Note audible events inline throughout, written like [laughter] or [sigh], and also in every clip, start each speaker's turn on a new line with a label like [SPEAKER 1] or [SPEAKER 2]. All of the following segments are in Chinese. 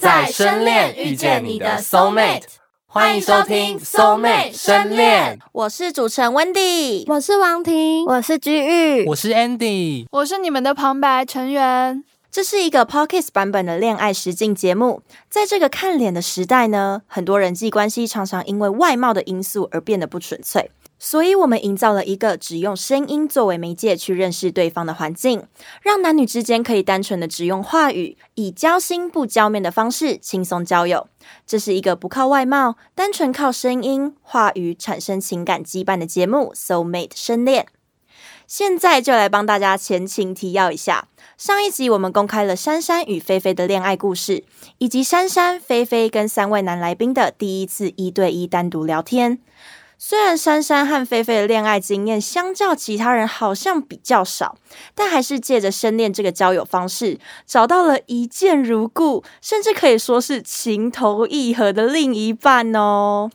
[SPEAKER 1] 在深恋遇见你的 soul mate，欢迎收听 soul mate 深恋。
[SPEAKER 2] 我是主持人 Wendy，
[SPEAKER 3] 我是王婷，
[SPEAKER 4] 我是居玉，
[SPEAKER 1] 我是 Andy，
[SPEAKER 5] 我是你们的旁白成员。
[SPEAKER 2] 这是一个 Pockets 版本的恋爱实境节目。在这个看脸的时代呢，很多人际关系常常因为外貌的因素而变得不纯粹。所以，我们营造了一个只用声音作为媒介去认识对方的环境，让男女之间可以单纯的只用话语，以交心不交面的方式轻松交友。这是一个不靠外貌，单纯靠声音、话语产生情感羁绊的节目《Soul Mate 深恋》。现在就来帮大家前情提要一下。上一集我们公开了珊珊与菲菲的恋爱故事，以及珊珊、菲菲跟三位男来宾的第一次一对一单独聊天。虽然珊珊和菲菲的恋爱经验相较其他人好像比较少，但还是借着深恋这个交友方式，找到了一见如故，甚至可以说是情投意合的另一半哦。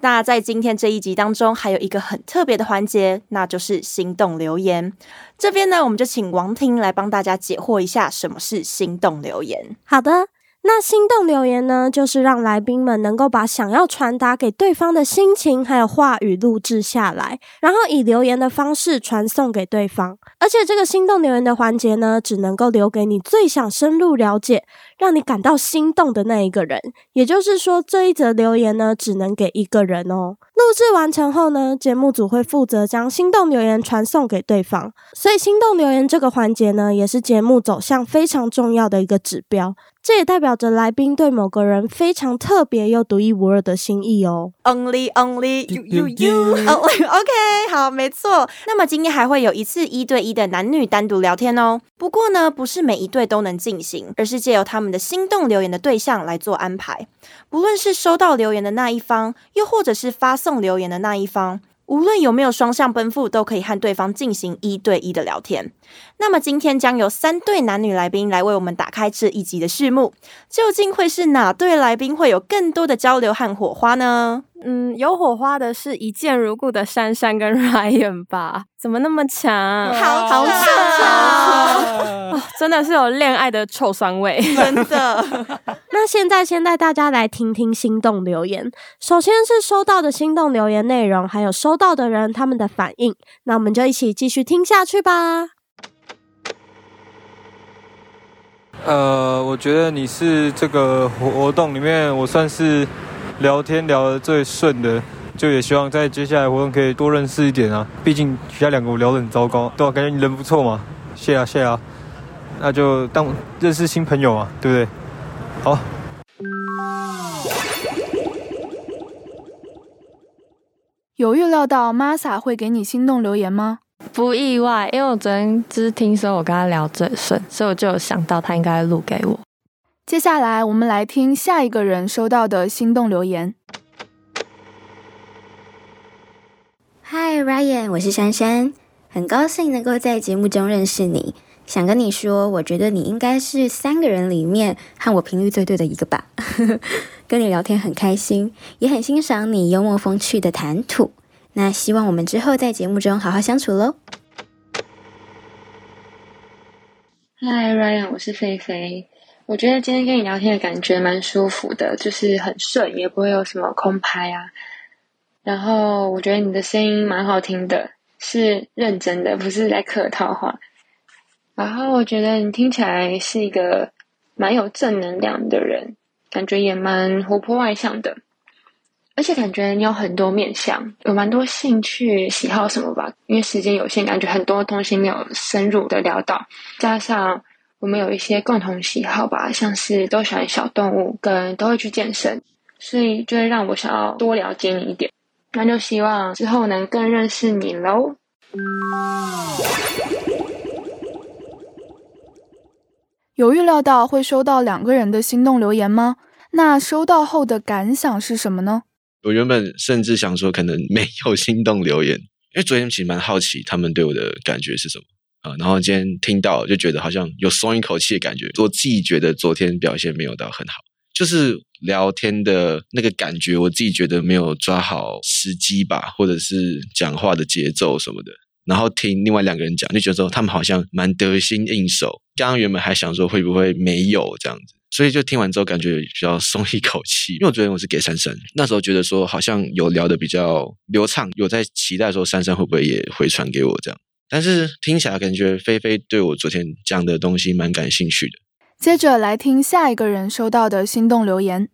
[SPEAKER 2] 那在今天这一集当中，还有一个很特别的环节，那就是心动留言。这边呢，我们就请王婷来帮大家解惑一下什么是心动留言。
[SPEAKER 3] 好的。那心动留言呢，就是让来宾们能够把想要传达给对方的心情还有话语录制下来，然后以留言的方式传送给对方。而且这个心动留言的环节呢，只能够留给你最想深入了解、让你感到心动的那一个人。也就是说，这一则留言呢，只能给一个人哦。录制完成后呢，节目组会负责将心动留言传送给对方，所以心动留言这个环节呢，也是节目走向非常重要的一个指标。这也代表着来宾对某个人非常特别又独一无二的心意哦。
[SPEAKER 2] Only, only you, you, [laughs] you. o OK，好，没错。那么今天还会有一次一对一的男女单独聊天哦。不过呢，不是每一对都能进行，而是借由他们的心动留言的对象来做安排。不论是收到留言的那一方，又或者是发送留言的那一方。无论有没有双向奔赴，都可以和对方进行一对一的聊天。那么今天将由三对男女来宾来为我们打开这一集的序幕。究竟会是哪对来宾会有更多的交流和火花呢？
[SPEAKER 4] 嗯，有火花的是一见如故的珊珊跟 [laughs] Ryan 吧？怎么那么强？
[SPEAKER 2] 嗯哦好
[SPEAKER 4] 好
[SPEAKER 2] 啊！
[SPEAKER 4] 扯哦真的是有恋爱的臭酸味。
[SPEAKER 2] 真
[SPEAKER 4] [laughs]
[SPEAKER 2] 的，
[SPEAKER 3] 那现在先带大家来听听心动留言。首先是收到的心动留言内容，还有收到的人他们的反应。那我们就一起继续听下去吧。
[SPEAKER 6] 呃，我觉得你是这个活动里面，我算是聊天聊得最顺的，就也希望在接下来活动可以多认识一点啊。毕竟其他两个我聊得很糟糕，对吧、感觉你人不错嘛，谢啊谢啊，那就当认识新朋友嘛，对不对？好，
[SPEAKER 5] 有预料到 Masa 会给你心动留言吗？
[SPEAKER 7] 不意外，因为我昨天只是听说我跟他聊最顺，所以我就有想到他应该录给我。
[SPEAKER 5] 接下来我们来听下一个人收到的心动留言。
[SPEAKER 8] 嗨，Ryan，我是珊珊，很高兴能够在节目中认识你。想跟你说，我觉得你应该是三个人里面和我频率最对的一个吧。 [laughs] 跟你聊天很开心，也很欣赏你幽默风趣的谈吐。那希望我们之后在节目中好好相处喽。
[SPEAKER 9] 嗨，Ryan，我是菲菲。我觉得今天跟你聊天的感觉蛮舒服的，就是很顺，也不会有什么空拍啊。然后我觉得你的声音蛮好听的，是认真的，不是在客套话。然后我觉得你听起来是一个蛮有正能量的人，感觉也蛮活泼外向的，而且感觉你有很多面向，有蛮多兴趣喜好什么吧。因为时间有限，感觉很多东西没有深入的聊到，加上我们有一些共同喜好吧，像是都喜欢小动物，跟都会去健身，所以就会让我想要多了解你一点。那就希望之后能更认识你喽。
[SPEAKER 5] 有预料到会收到两个人的心动留言吗？那收到后的感想是什么呢？
[SPEAKER 10] 我原本甚至想说，可能没有心动留言，因为昨天其实蛮好奇他们对我的感觉是什么。
[SPEAKER 11] 呃，然后今天听到就觉得好像有松一口气的感觉。我自己觉得昨天表现没有到很好，就是聊天的那个感觉，我自己觉得没有抓好时机吧，或者是讲话的节奏什么的。然后听另外两个人讲，就觉得说他们好像蛮得心应手。刚刚原本还想说会不会没有这样子，所以就听完之后感觉比较松一口气。因为我昨天我是给珊珊，那时候觉得说好像有聊的比较流畅，有在期待说珊珊会不会也回传给我这样。但是听起来感觉菲菲对我昨天讲的东西蛮感兴趣的。
[SPEAKER 5] 接着来听下一个人收到的心动留言。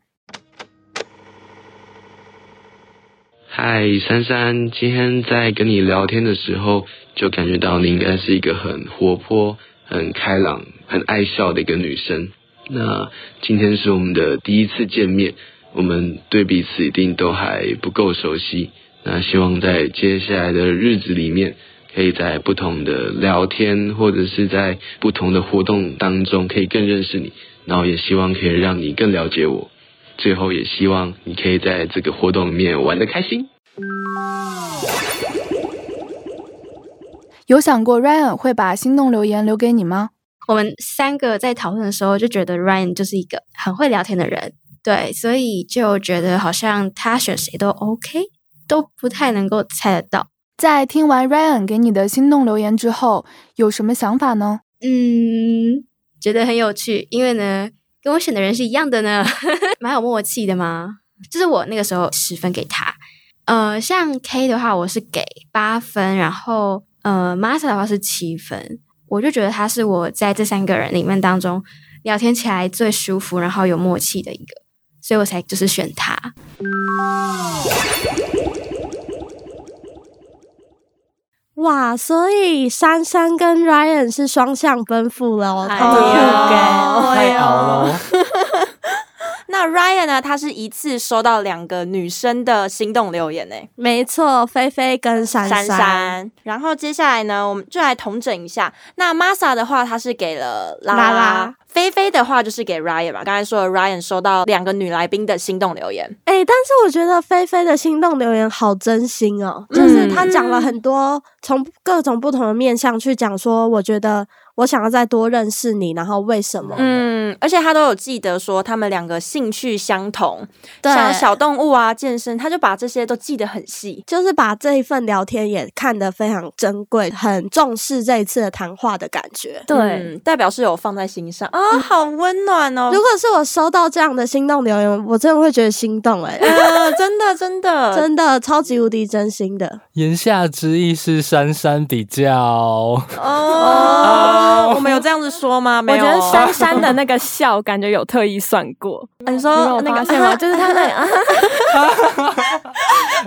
[SPEAKER 12] 嗨，珊珊，今天在跟你聊天的时候，就感觉到你应该是一个很活泼、很开朗、很爱笑的一个女生。那今天是我们的第一次见面，我们对彼此一定都还不够熟悉。那希望在接下来的日子里面，可以在不同的聊天或者是在不同的活动当中，可以更认识你，然后也希望可以让你更了解我。最后也希望你可以在这个活动里面玩的开心。
[SPEAKER 5] 有想过 Ryan 会把心动留言留给你吗？
[SPEAKER 8] 我们三个在讨论的时候就觉得 Ryan 就是一个很会聊天的人，对，所以就觉得好像他选谁都 OK，都不太能够猜得到。
[SPEAKER 5] 在听完 Ryan 给你的心动留言之后，有什么想法呢？
[SPEAKER 8] 嗯，觉得很有趣，因为呢。跟我选的人是一样的呢， [laughs] 蛮有默契的嘛。就是我那个时候十分给他，呃，像 K 的话我是给八分，然后呃 Masa 的话是七分，我就觉得他是我在这三个人里面当中聊天起来最舒服，然后有默契的一个，所以我才就是选他。
[SPEAKER 3] 哇，所以珊珊跟 Ryan 是双向奔赴了哦，
[SPEAKER 2] 哎
[SPEAKER 3] 他们互给。
[SPEAKER 2] 呦
[SPEAKER 3] 哎呦
[SPEAKER 2] 那 Ryan 呢？他是一次收到两个女生的心动留言呢、
[SPEAKER 3] 没错，菲菲跟珊
[SPEAKER 2] 珊珊。然后接下来呢，我们就来统整一下。那 Masa 的话，他是给了拉
[SPEAKER 3] 拉拉
[SPEAKER 2] 菲菲的话就是给 Ryan 嘛。刚才说了 Ryan 收到两个女来宾的心动留言，
[SPEAKER 3] 哎、但是我觉得菲菲的心动留言好真心哦，
[SPEAKER 2] 嗯
[SPEAKER 3] 就是她讲了很多，从各种不同的面向去讲说，我觉得我想要再多认识你，然后为什么？
[SPEAKER 2] 嗯，而且他都有记得说他们两个兴趣相同，
[SPEAKER 3] 对
[SPEAKER 2] 像小动物啊、健身，他就把这些都记得很细。
[SPEAKER 3] 就是把这一份聊天也看得非常珍贵，很重视这一次的谈话的感觉。
[SPEAKER 2] 嗯代表是有放在心上啊、好温暖哦！
[SPEAKER 3] 嗯如果是我收到这样的心动留言，我真的会觉得心动哎、
[SPEAKER 2] [laughs] 呃，真的真的
[SPEAKER 3] [laughs] 真的超级无敌真心的
[SPEAKER 13] 言下之意是珊珊比较，
[SPEAKER 2] 哦，我们有这样子说吗？没
[SPEAKER 4] [laughs] 我
[SPEAKER 2] 有
[SPEAKER 4] 觉
[SPEAKER 2] 哦，
[SPEAKER 4] 得珊珊的那个笑，感觉有特意算过。
[SPEAKER 2] 啊你
[SPEAKER 4] 你
[SPEAKER 2] 说
[SPEAKER 4] 有
[SPEAKER 2] 那
[SPEAKER 4] 发
[SPEAKER 2] 个
[SPEAKER 4] 现吗？就是他那里啊，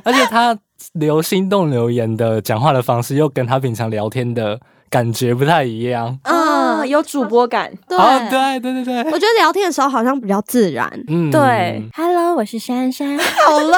[SPEAKER 13] 而且她留心动留言的讲话的方式，又跟她平常聊天的感觉不太一样。
[SPEAKER 3] 嗯
[SPEAKER 2] 啊，有主播感，
[SPEAKER 3] 对
[SPEAKER 13] 哦，对对对对，
[SPEAKER 3] 我觉得聊天的时候好像比较自然。
[SPEAKER 13] 嗯，
[SPEAKER 4] 对。
[SPEAKER 3] Hello，我是珊珊。
[SPEAKER 2] 好了，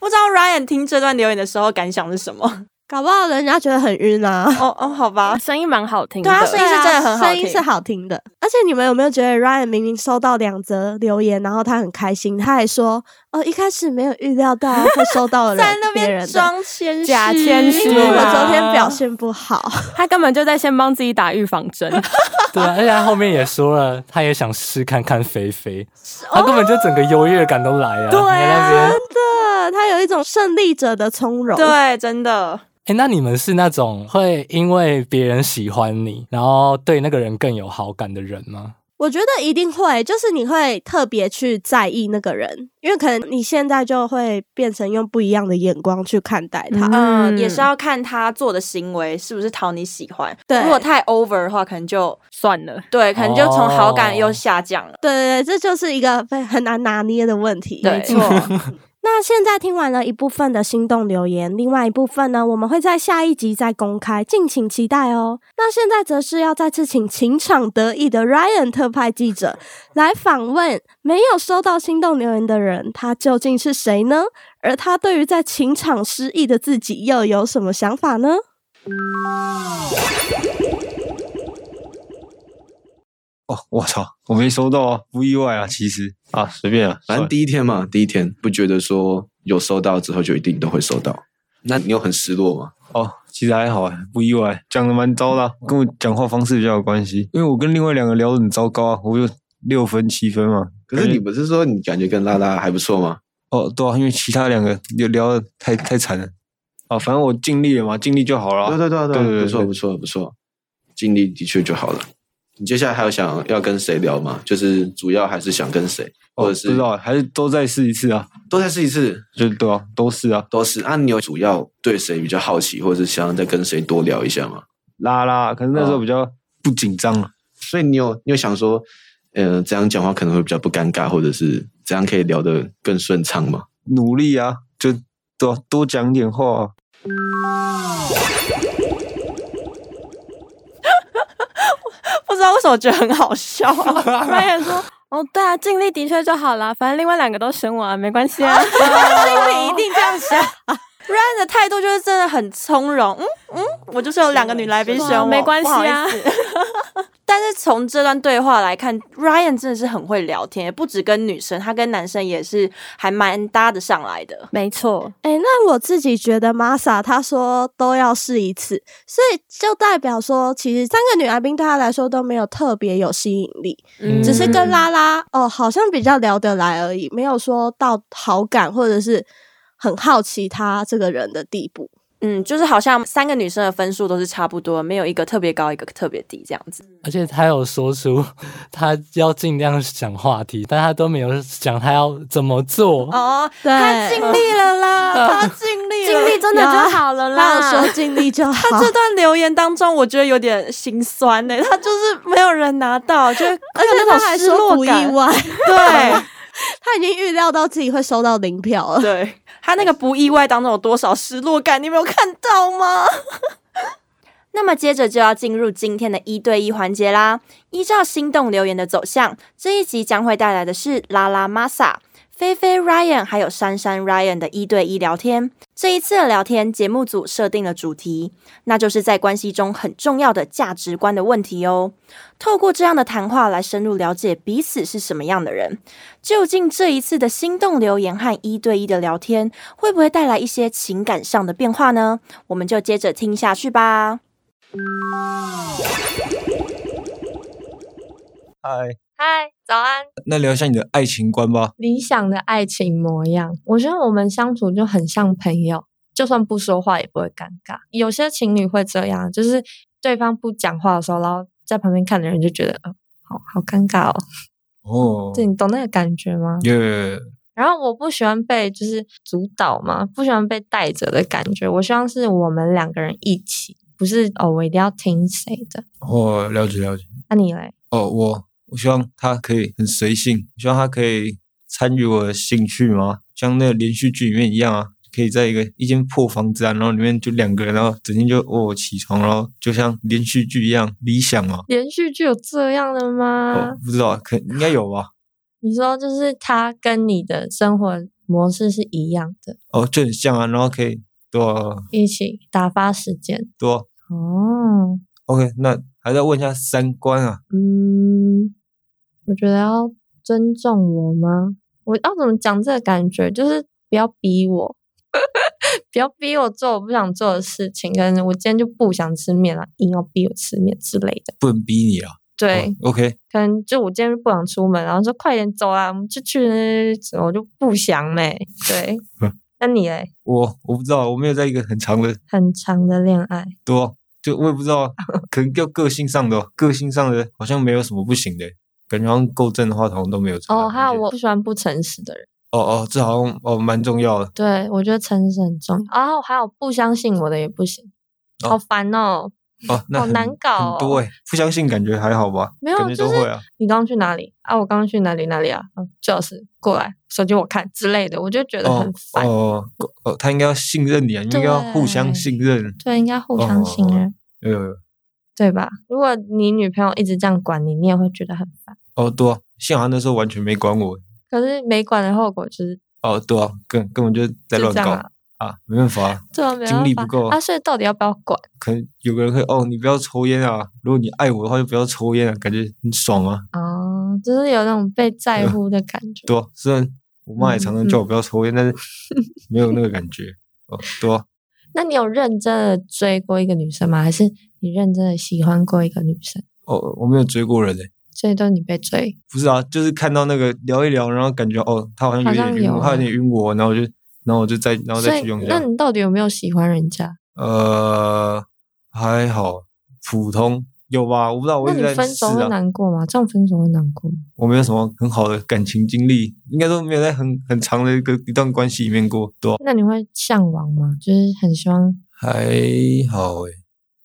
[SPEAKER 2] 不知道 Ryan 听这段留言的时候感想是什么？
[SPEAKER 3] [laughs] 搞不好人家觉得很晕啊。
[SPEAKER 2] [laughs] 哦哦，好吧，
[SPEAKER 4] [laughs] 声音蛮好听的。
[SPEAKER 2] 对啊，声音是真的很好
[SPEAKER 3] 声
[SPEAKER 2] 听，
[SPEAKER 3] 音是好听的。而且你们有没有觉得 Ryan 明明收到两则留言，然后他很开心，他还说：“哦，一开始没有预料到啊会收到
[SPEAKER 2] [laughs]
[SPEAKER 3] 人
[SPEAKER 2] 在那
[SPEAKER 3] 别
[SPEAKER 2] 边
[SPEAKER 3] 人的
[SPEAKER 2] 装谦虚，
[SPEAKER 4] 假谦虚
[SPEAKER 3] 因为我
[SPEAKER 4] 啊
[SPEAKER 3] 昨天表现不好。
[SPEAKER 4] [laughs] 他根本就在先帮自己打预防针。
[SPEAKER 13] 对啊，而且他后面也说了，他也想试看看菲菲，他根本就整个优越感都来了。对那
[SPEAKER 3] 真
[SPEAKER 13] 边，
[SPEAKER 3] 的，他有一种胜利者的从容。
[SPEAKER 2] 对，真的。
[SPEAKER 13] 哎，那你们是那种会因为别人喜欢你，然后对那个人更有好感的人吗？
[SPEAKER 3] 我觉得一定会，就是你会特别去在意那个人，因为可能你现在就会变成用不一样的眼光去看待他。
[SPEAKER 2] 嗯，也是要看他做的行为是不是讨你喜欢。
[SPEAKER 3] 对
[SPEAKER 2] 如果太 over 的话，可能就
[SPEAKER 4] 算了。
[SPEAKER 2] 对，可能就从好感
[SPEAKER 13] 哦
[SPEAKER 2] 又下降了。
[SPEAKER 3] 对对对，这就是一个非很难拿捏的问题。
[SPEAKER 2] 对没错
[SPEAKER 3] 那现在听完了一部分的心动留言，另外一部分呢，我们会在下一集再公开，敬请期待哦。那现在则是要再次请情场得意的 Ryan 特派记者来访问没有收到心动留言的人，他究竟是谁呢？而他对于在情场失意的自己又有什么想法呢？
[SPEAKER 6] 哦，我操，我没收到啊，不意外啊，其实啊，随便啊，
[SPEAKER 11] 反正第一天嘛，第一天不觉得说有收到之后就一定都会收到，那你有很失落吗？
[SPEAKER 6] 哦，其实还好啊，不意外，讲的蛮糟的啊、跟我讲话方式比较有关系。因为我跟另外两个聊得很糟糕啊，我就六分七分嘛。
[SPEAKER 11] 可是你不是说你感觉跟拉拉还不错吗？
[SPEAKER 6] 哦，对啊，因为其他两个聊聊的太太惨了。啊，反正我尽力了嘛，尽力就好了啊。
[SPEAKER 11] 对对对
[SPEAKER 6] 对
[SPEAKER 11] 不错不错不错，尽力的确就好了。你接下来还有想要跟谁聊吗？就是主要还是想跟谁，
[SPEAKER 6] 哦
[SPEAKER 11] 或者是、
[SPEAKER 6] 不知道，还是都再试一次啊，
[SPEAKER 11] 都再试一次，
[SPEAKER 6] 就对啊，都是啊，
[SPEAKER 11] 都是。啊，你有主要对谁比较好奇，或者是想要再跟谁多聊一下吗？
[SPEAKER 6] 拉拉。可是那时候比较不紧张啊，
[SPEAKER 11] 哦所以你有你有想说，呃，这样讲话可能会比较不尴尬，或者是这样可以聊得更顺畅吗？
[SPEAKER 6] 努力啊，就多多讲点话啊、
[SPEAKER 2] 不知道为什么觉得很好笑、啊。
[SPEAKER 4] Ryan [laughs] 说：“哦，对啊，尽力的确就好啦，反正另外两个都选我啊，没关系啊。 [laughs]
[SPEAKER 2] 你一定这样想。Ryan 的态度就是真的很从容，嗯嗯，我就是有两个女来宾选我，
[SPEAKER 4] 没关系啊
[SPEAKER 2] 不好意思。 [laughs] 但是从这段对话来看，Ryan 真的是很会聊天，不止跟女生，他跟男生也是还蛮搭得上来的。
[SPEAKER 4] 没错，
[SPEAKER 3] 哎、那我自己觉得 Masa 她说都要试一次，所以就代表说，其实三个女来宾对她来说都没有特别有吸引力，
[SPEAKER 2] 嗯
[SPEAKER 3] 只是跟拉拉哦、好像比较聊得来而已，没有说到好感或者是很好奇她这个人的地步。
[SPEAKER 2] 嗯，就是好像三个女生的分数都是差不多，没有一个特别高，一个特别低这样子。
[SPEAKER 13] 而且他有说出他要尽量想话题，但他都没有讲他要怎么做。
[SPEAKER 2] 哦，
[SPEAKER 3] 对
[SPEAKER 2] 他尽力了啦， [laughs] 他尽力了，
[SPEAKER 4] 尽力真的就好了
[SPEAKER 2] 他
[SPEAKER 4] 啦
[SPEAKER 3] 她有说尽力就好。
[SPEAKER 2] 他这段留言当中，我觉得有点心酸呢、他就是没有人拿到，
[SPEAKER 3] [laughs]
[SPEAKER 2] 就而且那
[SPEAKER 3] 他
[SPEAKER 2] 种
[SPEAKER 3] 还
[SPEAKER 2] 失
[SPEAKER 3] 说
[SPEAKER 2] 落
[SPEAKER 3] 不意
[SPEAKER 2] 感，
[SPEAKER 3] 外，
[SPEAKER 2] 对
[SPEAKER 3] [laughs] 他已经预料到自己会收到零票了。
[SPEAKER 2] 对，他那个不意外当中有多少失落感，你没有看到吗？ [laughs] 那么接着就要进入今天的一对一环节啦。依照心动留言的走向，这一集将会带来的是拉拉 Masa、菲菲 Ryan 还有珊珊 Ryan 的一对一聊天。这一次的聊天，节目组设定了主题，那就是在关系中很重要的价值观的问题哦。透过这样的谈话来深入了解彼此是什么样的人，究竟这一次的心动留言和一对一的聊天，会不会带来一些情感上的变化呢？我们就接着听下去吧。
[SPEAKER 6] 嗨，
[SPEAKER 7] 嗨，早安。
[SPEAKER 6] 哎那聊一下你的爱情观吧。
[SPEAKER 7] 理想的爱情模样，我觉得我们相处就很像朋友，就算不说话也不会尴尬。有些情侣会这样，就是对方不讲话的时候，然后在旁边看的人就觉得，呃、好好尴尬哦。
[SPEAKER 6] 哦，
[SPEAKER 7] 对，你懂那个感觉吗？
[SPEAKER 6] 耶、
[SPEAKER 7] 然后我不喜欢被就是主导嘛，不喜欢被带着的感觉。我希望是我们两个人一起，不是哦，我一定要听谁的。
[SPEAKER 6] 哦，了解了解。
[SPEAKER 7] 那、你嘞？
[SPEAKER 6] 哦，我我希望他可以很随性，希望他可以参与我的兴趣嘛，像那个连续剧里面一样啊，可以在一个一间破房子啊，然后里面就两个人，然后整天就哦起床，然后就像连续剧一样理想嘛。
[SPEAKER 7] 连续剧有这样的吗？
[SPEAKER 6] 哦，不知道，可应该有吧？
[SPEAKER 7] 你说就是他跟你的生活模式是一样的，
[SPEAKER 6] 哦，就很像啊，然后可以对啊
[SPEAKER 7] 一起打发时间。
[SPEAKER 6] 对啊
[SPEAKER 7] 哦，
[SPEAKER 6] ，OK，那还要问一下三观啊，
[SPEAKER 7] 嗯，我觉得要尊重我吗？我要怎么讲这个感觉？就是不要逼我， [laughs] 不要逼我做我不想做的事情，跟我今天就不想吃面了，硬要逼我吃面之类的。
[SPEAKER 6] 不能逼你啊。
[SPEAKER 7] 对，
[SPEAKER 6] OK，
[SPEAKER 7] 可能就我今天不想出门，然后说快点走啊，我们就去，我就不想嘞。对，那你嘞？
[SPEAKER 6] 我我不知道，我没有在一个很长的
[SPEAKER 7] 很长的恋爱，
[SPEAKER 6] 对啊，就我也不知道，可能就个性上的哦，个性上的好像没有什么不行的，感觉好像够正的话，好像都没有错。
[SPEAKER 7] 哦，还有我不喜欢不诚实的人，
[SPEAKER 6] 哦哦，这好像哦蛮重要的。
[SPEAKER 7] 对我觉得诚实很重要。然后哦还有不相信我的也不行，好烦哦。
[SPEAKER 6] 哦，那
[SPEAKER 7] 好
[SPEAKER 6] 很
[SPEAKER 7] 难搞哦
[SPEAKER 6] 很多哎，不相信感觉还好吧？
[SPEAKER 7] 没有
[SPEAKER 6] 感觉
[SPEAKER 7] 就
[SPEAKER 6] 都
[SPEAKER 7] 是
[SPEAKER 6] 会啊。
[SPEAKER 7] 你刚刚去哪里啊？我刚刚去哪里哪里啊？啊最好是过来，手机我看之类的，我就觉得很
[SPEAKER 6] 哦
[SPEAKER 7] 烦。
[SPEAKER 6] 哦哦，他应该要信任你啊，你们应该要互相信任。
[SPEAKER 7] 对，应该互
[SPEAKER 6] 哦
[SPEAKER 7] 相信任，
[SPEAKER 6] 呃，
[SPEAKER 7] 对吧？如果你女朋友一直这样管你，你也会觉得很烦。
[SPEAKER 6] 哦对啊，幸好他那时候完全没管我。
[SPEAKER 7] 可是没管的后果就是
[SPEAKER 6] 哦对啊，根根本就在
[SPEAKER 7] 就
[SPEAKER 6] 乱
[SPEAKER 7] 这样
[SPEAKER 6] 搞
[SPEAKER 7] 啊
[SPEAKER 6] 啊，没办法啊，
[SPEAKER 7] 对啊，没
[SPEAKER 6] 精
[SPEAKER 7] 办
[SPEAKER 6] 力
[SPEAKER 7] 法
[SPEAKER 6] 不够
[SPEAKER 7] 啊，所以到底要不要管？
[SPEAKER 6] 可能有个人会哦，你不要抽烟啊，如果你爱我的话，就不要抽烟啊，感觉很爽啊。
[SPEAKER 7] 哦，就是有那种被
[SPEAKER 6] [laughs]
[SPEAKER 7] 在乎的感觉。
[SPEAKER 6] 对啊、
[SPEAKER 7] 嗯
[SPEAKER 6] 虽然我妈也常常叫我不要抽烟，但是没有那个感觉。哦，对啊、
[SPEAKER 7] 那你有认真的追过一个女生吗？还是你认真的喜欢过一个女生？
[SPEAKER 6] 哦，我没有追过人诶、
[SPEAKER 7] 所以都是你被追，
[SPEAKER 6] 不是啊，就是看到那个聊一聊，然后感觉哦，他好像有
[SPEAKER 7] 好
[SPEAKER 6] 点
[SPEAKER 7] 像
[SPEAKER 6] 晕
[SPEAKER 7] 有
[SPEAKER 6] 我，
[SPEAKER 7] 啊
[SPEAKER 6] 他有点晕我，然后我就，然后我就再，然后
[SPEAKER 7] 所
[SPEAKER 6] 再
[SPEAKER 7] 以
[SPEAKER 6] 去用一
[SPEAKER 7] 那
[SPEAKER 6] 下。
[SPEAKER 7] 你到底有没有喜欢人家？
[SPEAKER 6] 呃，还好，普通有吧？我不知哦道，我
[SPEAKER 7] 那
[SPEAKER 6] 一
[SPEAKER 7] 你
[SPEAKER 6] 直在
[SPEAKER 7] 分
[SPEAKER 6] 试
[SPEAKER 7] 手会
[SPEAKER 6] 啊。
[SPEAKER 7] 难过吗？这样分手会难过吗？
[SPEAKER 6] 我没有什么很好的感情经历，应该说没有在很很长的一个一段关系里面过，对吧、
[SPEAKER 7] 那你会向往吗？就是很希望
[SPEAKER 6] 还好诶，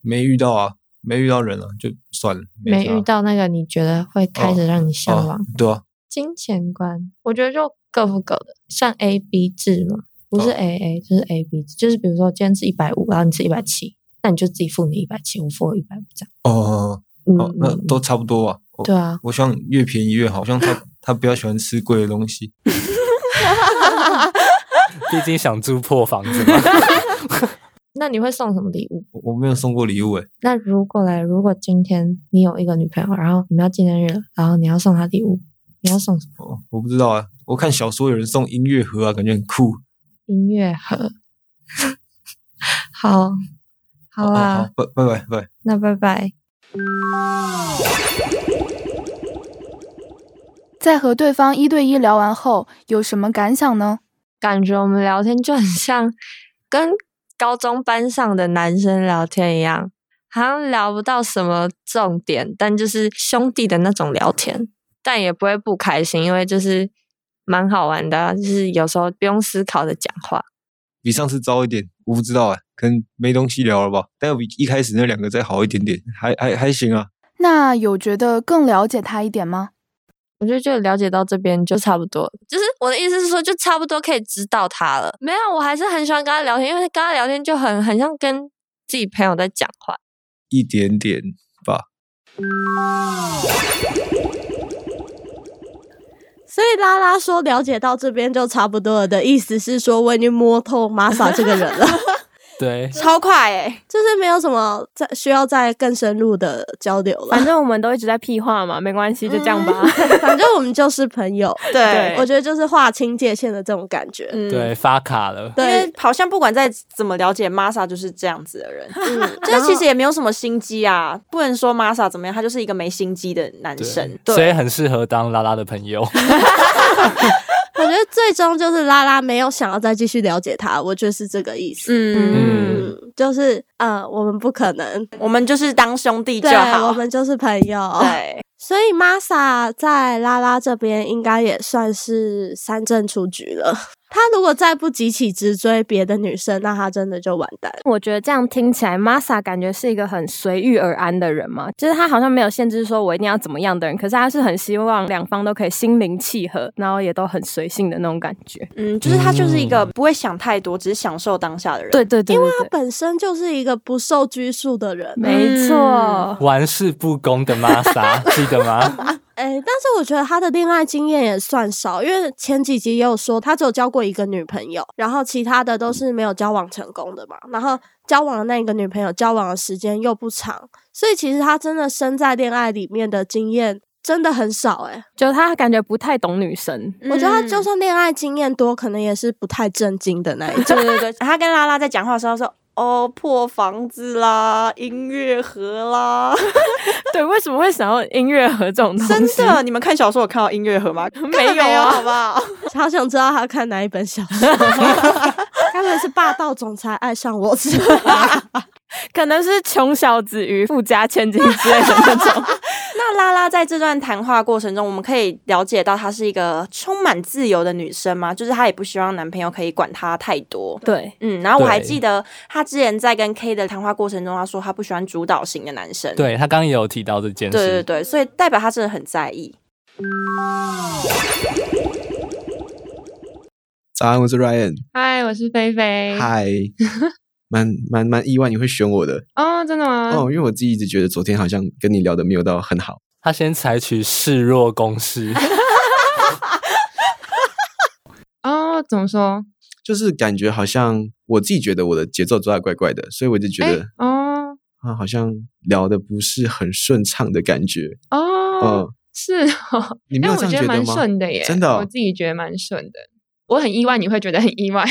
[SPEAKER 6] 没遇到啊，没遇到人啊，就算了，
[SPEAKER 7] 没
[SPEAKER 6] 差
[SPEAKER 7] 遇到那个你觉得会
[SPEAKER 6] 哦
[SPEAKER 7] 开始让你向往。
[SPEAKER 6] 对啊，
[SPEAKER 7] 金钱观，我觉得就各付各的，像 A B 制嘛，不
[SPEAKER 6] 哦
[SPEAKER 7] 是 A A、就是 A B 制，就是比如说今天是一百五，然后你是一百七，那你就自己付你一百七，我付我一百五这样。
[SPEAKER 6] 哦，哦，那都差不多吧。
[SPEAKER 7] 嗯
[SPEAKER 6] 我
[SPEAKER 7] 对啊
[SPEAKER 6] 我希望越便宜越好，我希望
[SPEAKER 7] [laughs]
[SPEAKER 6] 他他不要喜欢吃贵的东西。
[SPEAKER 13] [laughs] 毕竟想住破房子嘛。
[SPEAKER 7] 那你会送什么礼物？
[SPEAKER 6] [laughs] 我我没有送过礼物欸诶，
[SPEAKER 7] 那如果嘞，如果今天你有一个女朋友，然后你们要纪念日了，然后你要送她礼物，你要送什么？
[SPEAKER 6] 我不知道啊。我看小说有人送音乐盒啊，感觉很酷。
[SPEAKER 7] 音乐盒。 [laughs] 好，好啦，
[SPEAKER 6] 哦好，拜拜拜拜。
[SPEAKER 7] 那拜拜。
[SPEAKER 5] 在和对方一对一聊完后，有什么感想呢？
[SPEAKER 7] 感觉我们聊天就很像跟高中班上的男生聊天一样，好像聊不到什么重点，但就是兄弟的那种聊天，但也不会不开心，因为就是蛮好玩的啊，就是有时候不用思考的讲话。
[SPEAKER 6] 比上次糟一点，我不知道啊，可能没东西聊了吧。但比一开始那两个再好一点点，还还还行啊。
[SPEAKER 5] 那有觉得更了解他一点吗？
[SPEAKER 7] 我觉得就了解到这边就差不多了，就是我的意思是说，就差不多可以知道他了。没有，我还是很喜欢跟他聊天，因为跟他聊天就很很像跟自己朋友在讲话。
[SPEAKER 6] 一点点吧。
[SPEAKER 3] 所以拉拉说了解到这边就差不多了的意思是说，我已经摸透玛莎这个人了，
[SPEAKER 13] 对，
[SPEAKER 2] 超快哎、
[SPEAKER 3] 就是没有什么再需要再更深入的交流了。
[SPEAKER 4] 反正我们都一直在屁话嘛，没关系，就这样吧。
[SPEAKER 2] 嗯
[SPEAKER 3] [laughs] 反正我们就是朋
[SPEAKER 2] [laughs]
[SPEAKER 3] 友，
[SPEAKER 4] 对
[SPEAKER 3] 我觉得就是划清界限的这种感觉。
[SPEAKER 2] 嗯
[SPEAKER 13] 对，发卡了。
[SPEAKER 2] 因为好像不管再怎么了解 Masa 就是这样子的人，嗯，就是其实也没有什么心机啊，不能说 Masa 怎么样，他就是一个没心机的男生，
[SPEAKER 13] 所以很适合当拉拉的朋友。
[SPEAKER 3] 我觉得最终就是拉拉没有想要再继续了解他，我觉得是这个意思。
[SPEAKER 2] 嗯
[SPEAKER 3] 嗯，就是呃，我们不可能，
[SPEAKER 2] 我们就是当兄弟就
[SPEAKER 3] 对，我
[SPEAKER 2] 好。
[SPEAKER 3] 们就是朋友。
[SPEAKER 2] 对，
[SPEAKER 3] 所以 Masa 在拉拉这边应该也算是三振出局了。他如果再不急起直追别的女生，那他真的就完蛋了。
[SPEAKER 4] 我觉得这样听起来，Masa 感觉是一个很随遇而安的人嘛，就是他好像没有限制说我一定要怎么样的人，可是他是很希望两方都可以心灵契合，然后也都很随性的那种感觉。
[SPEAKER 2] 嗯，就是他就是一个不会想太多，只是享受当下的人。
[SPEAKER 4] 对对对
[SPEAKER 3] 因为
[SPEAKER 4] 对
[SPEAKER 3] 他
[SPEAKER 4] 对
[SPEAKER 3] 本身就是一个不受拘束的人，
[SPEAKER 4] 没错。
[SPEAKER 13] 玩世不恭的玛莎，记得吗？
[SPEAKER 3] 哎，但是我觉得他的恋爱经验也算少，因为前几集也有说他只有交过一个女朋友，然后其他的都是没有交往成功的嘛。然后交往的那一个女朋友交往的时间又不长，所以其实他真的身在恋爱里面的经验真的很少、诶
[SPEAKER 4] 就他感觉不太懂女生，
[SPEAKER 3] 哎，我觉得他就算恋爱经验多，可能也是不太正经的那一种。
[SPEAKER 2] 对对 [laughs] 对，他跟拉拉在讲话的时候说：“哦，破房子啦，音乐盒
[SPEAKER 4] [laughs]
[SPEAKER 2] 啦。
[SPEAKER 4] 对，为什么会想要音乐盒这种”东
[SPEAKER 2] 真
[SPEAKER 4] 西？
[SPEAKER 2] 的，你们看小说有看到音乐盒吗？根本
[SPEAKER 4] [laughs] 没有
[SPEAKER 2] 没有，
[SPEAKER 4] 啊
[SPEAKER 2] 好不
[SPEAKER 4] [laughs]
[SPEAKER 2] 好？
[SPEAKER 3] 好想知道他看哪一本小说，该不会是霸道总裁爱上我之类的
[SPEAKER 4] 可能是穷小子与富家千金之类的那种。
[SPEAKER 2] [laughs] 那拉拉在这段谈话过程中，我们可以了解到她是一个充满自由的女生吗？就是她也不希望男朋友可以管她太多。
[SPEAKER 4] 对，
[SPEAKER 2] 嗯，然后我还
[SPEAKER 13] 对
[SPEAKER 2] 记得她之前在跟 K 的谈话过程中，她说她不喜欢主导型的男生。
[SPEAKER 13] 对他刚刚也有提到这件
[SPEAKER 2] 对对
[SPEAKER 13] 事。
[SPEAKER 2] 对，所以代表她真的很在意。
[SPEAKER 10] 早安，我是 Ryan。
[SPEAKER 9] 嗨，我是菲菲。
[SPEAKER 10] 嗨，蛮蛮蛮意外你会选我的
[SPEAKER 9] 哦，真的吗？
[SPEAKER 10] 哦，因为我自己一直觉得昨天好像跟你聊的没有到很好。
[SPEAKER 13] 他先采取示弱攻势，
[SPEAKER 9] 哦，怎么说？
[SPEAKER 10] 就是感觉好像我自己觉得我的节奏抓的怪怪的，所以我就觉得、
[SPEAKER 9] 哦
[SPEAKER 10] 啊，好像聊的不是很顺畅的感觉。
[SPEAKER 9] 哦，
[SPEAKER 10] 嗯
[SPEAKER 9] 是哦。
[SPEAKER 10] 你没有
[SPEAKER 9] 哎
[SPEAKER 10] 这样
[SPEAKER 9] 我觉
[SPEAKER 10] 觉得
[SPEAKER 9] 蛮
[SPEAKER 10] 吗
[SPEAKER 9] 顺的耶，
[SPEAKER 10] 真的哦
[SPEAKER 9] 我自己觉得蛮顺的。我很意外，你会觉得很意外。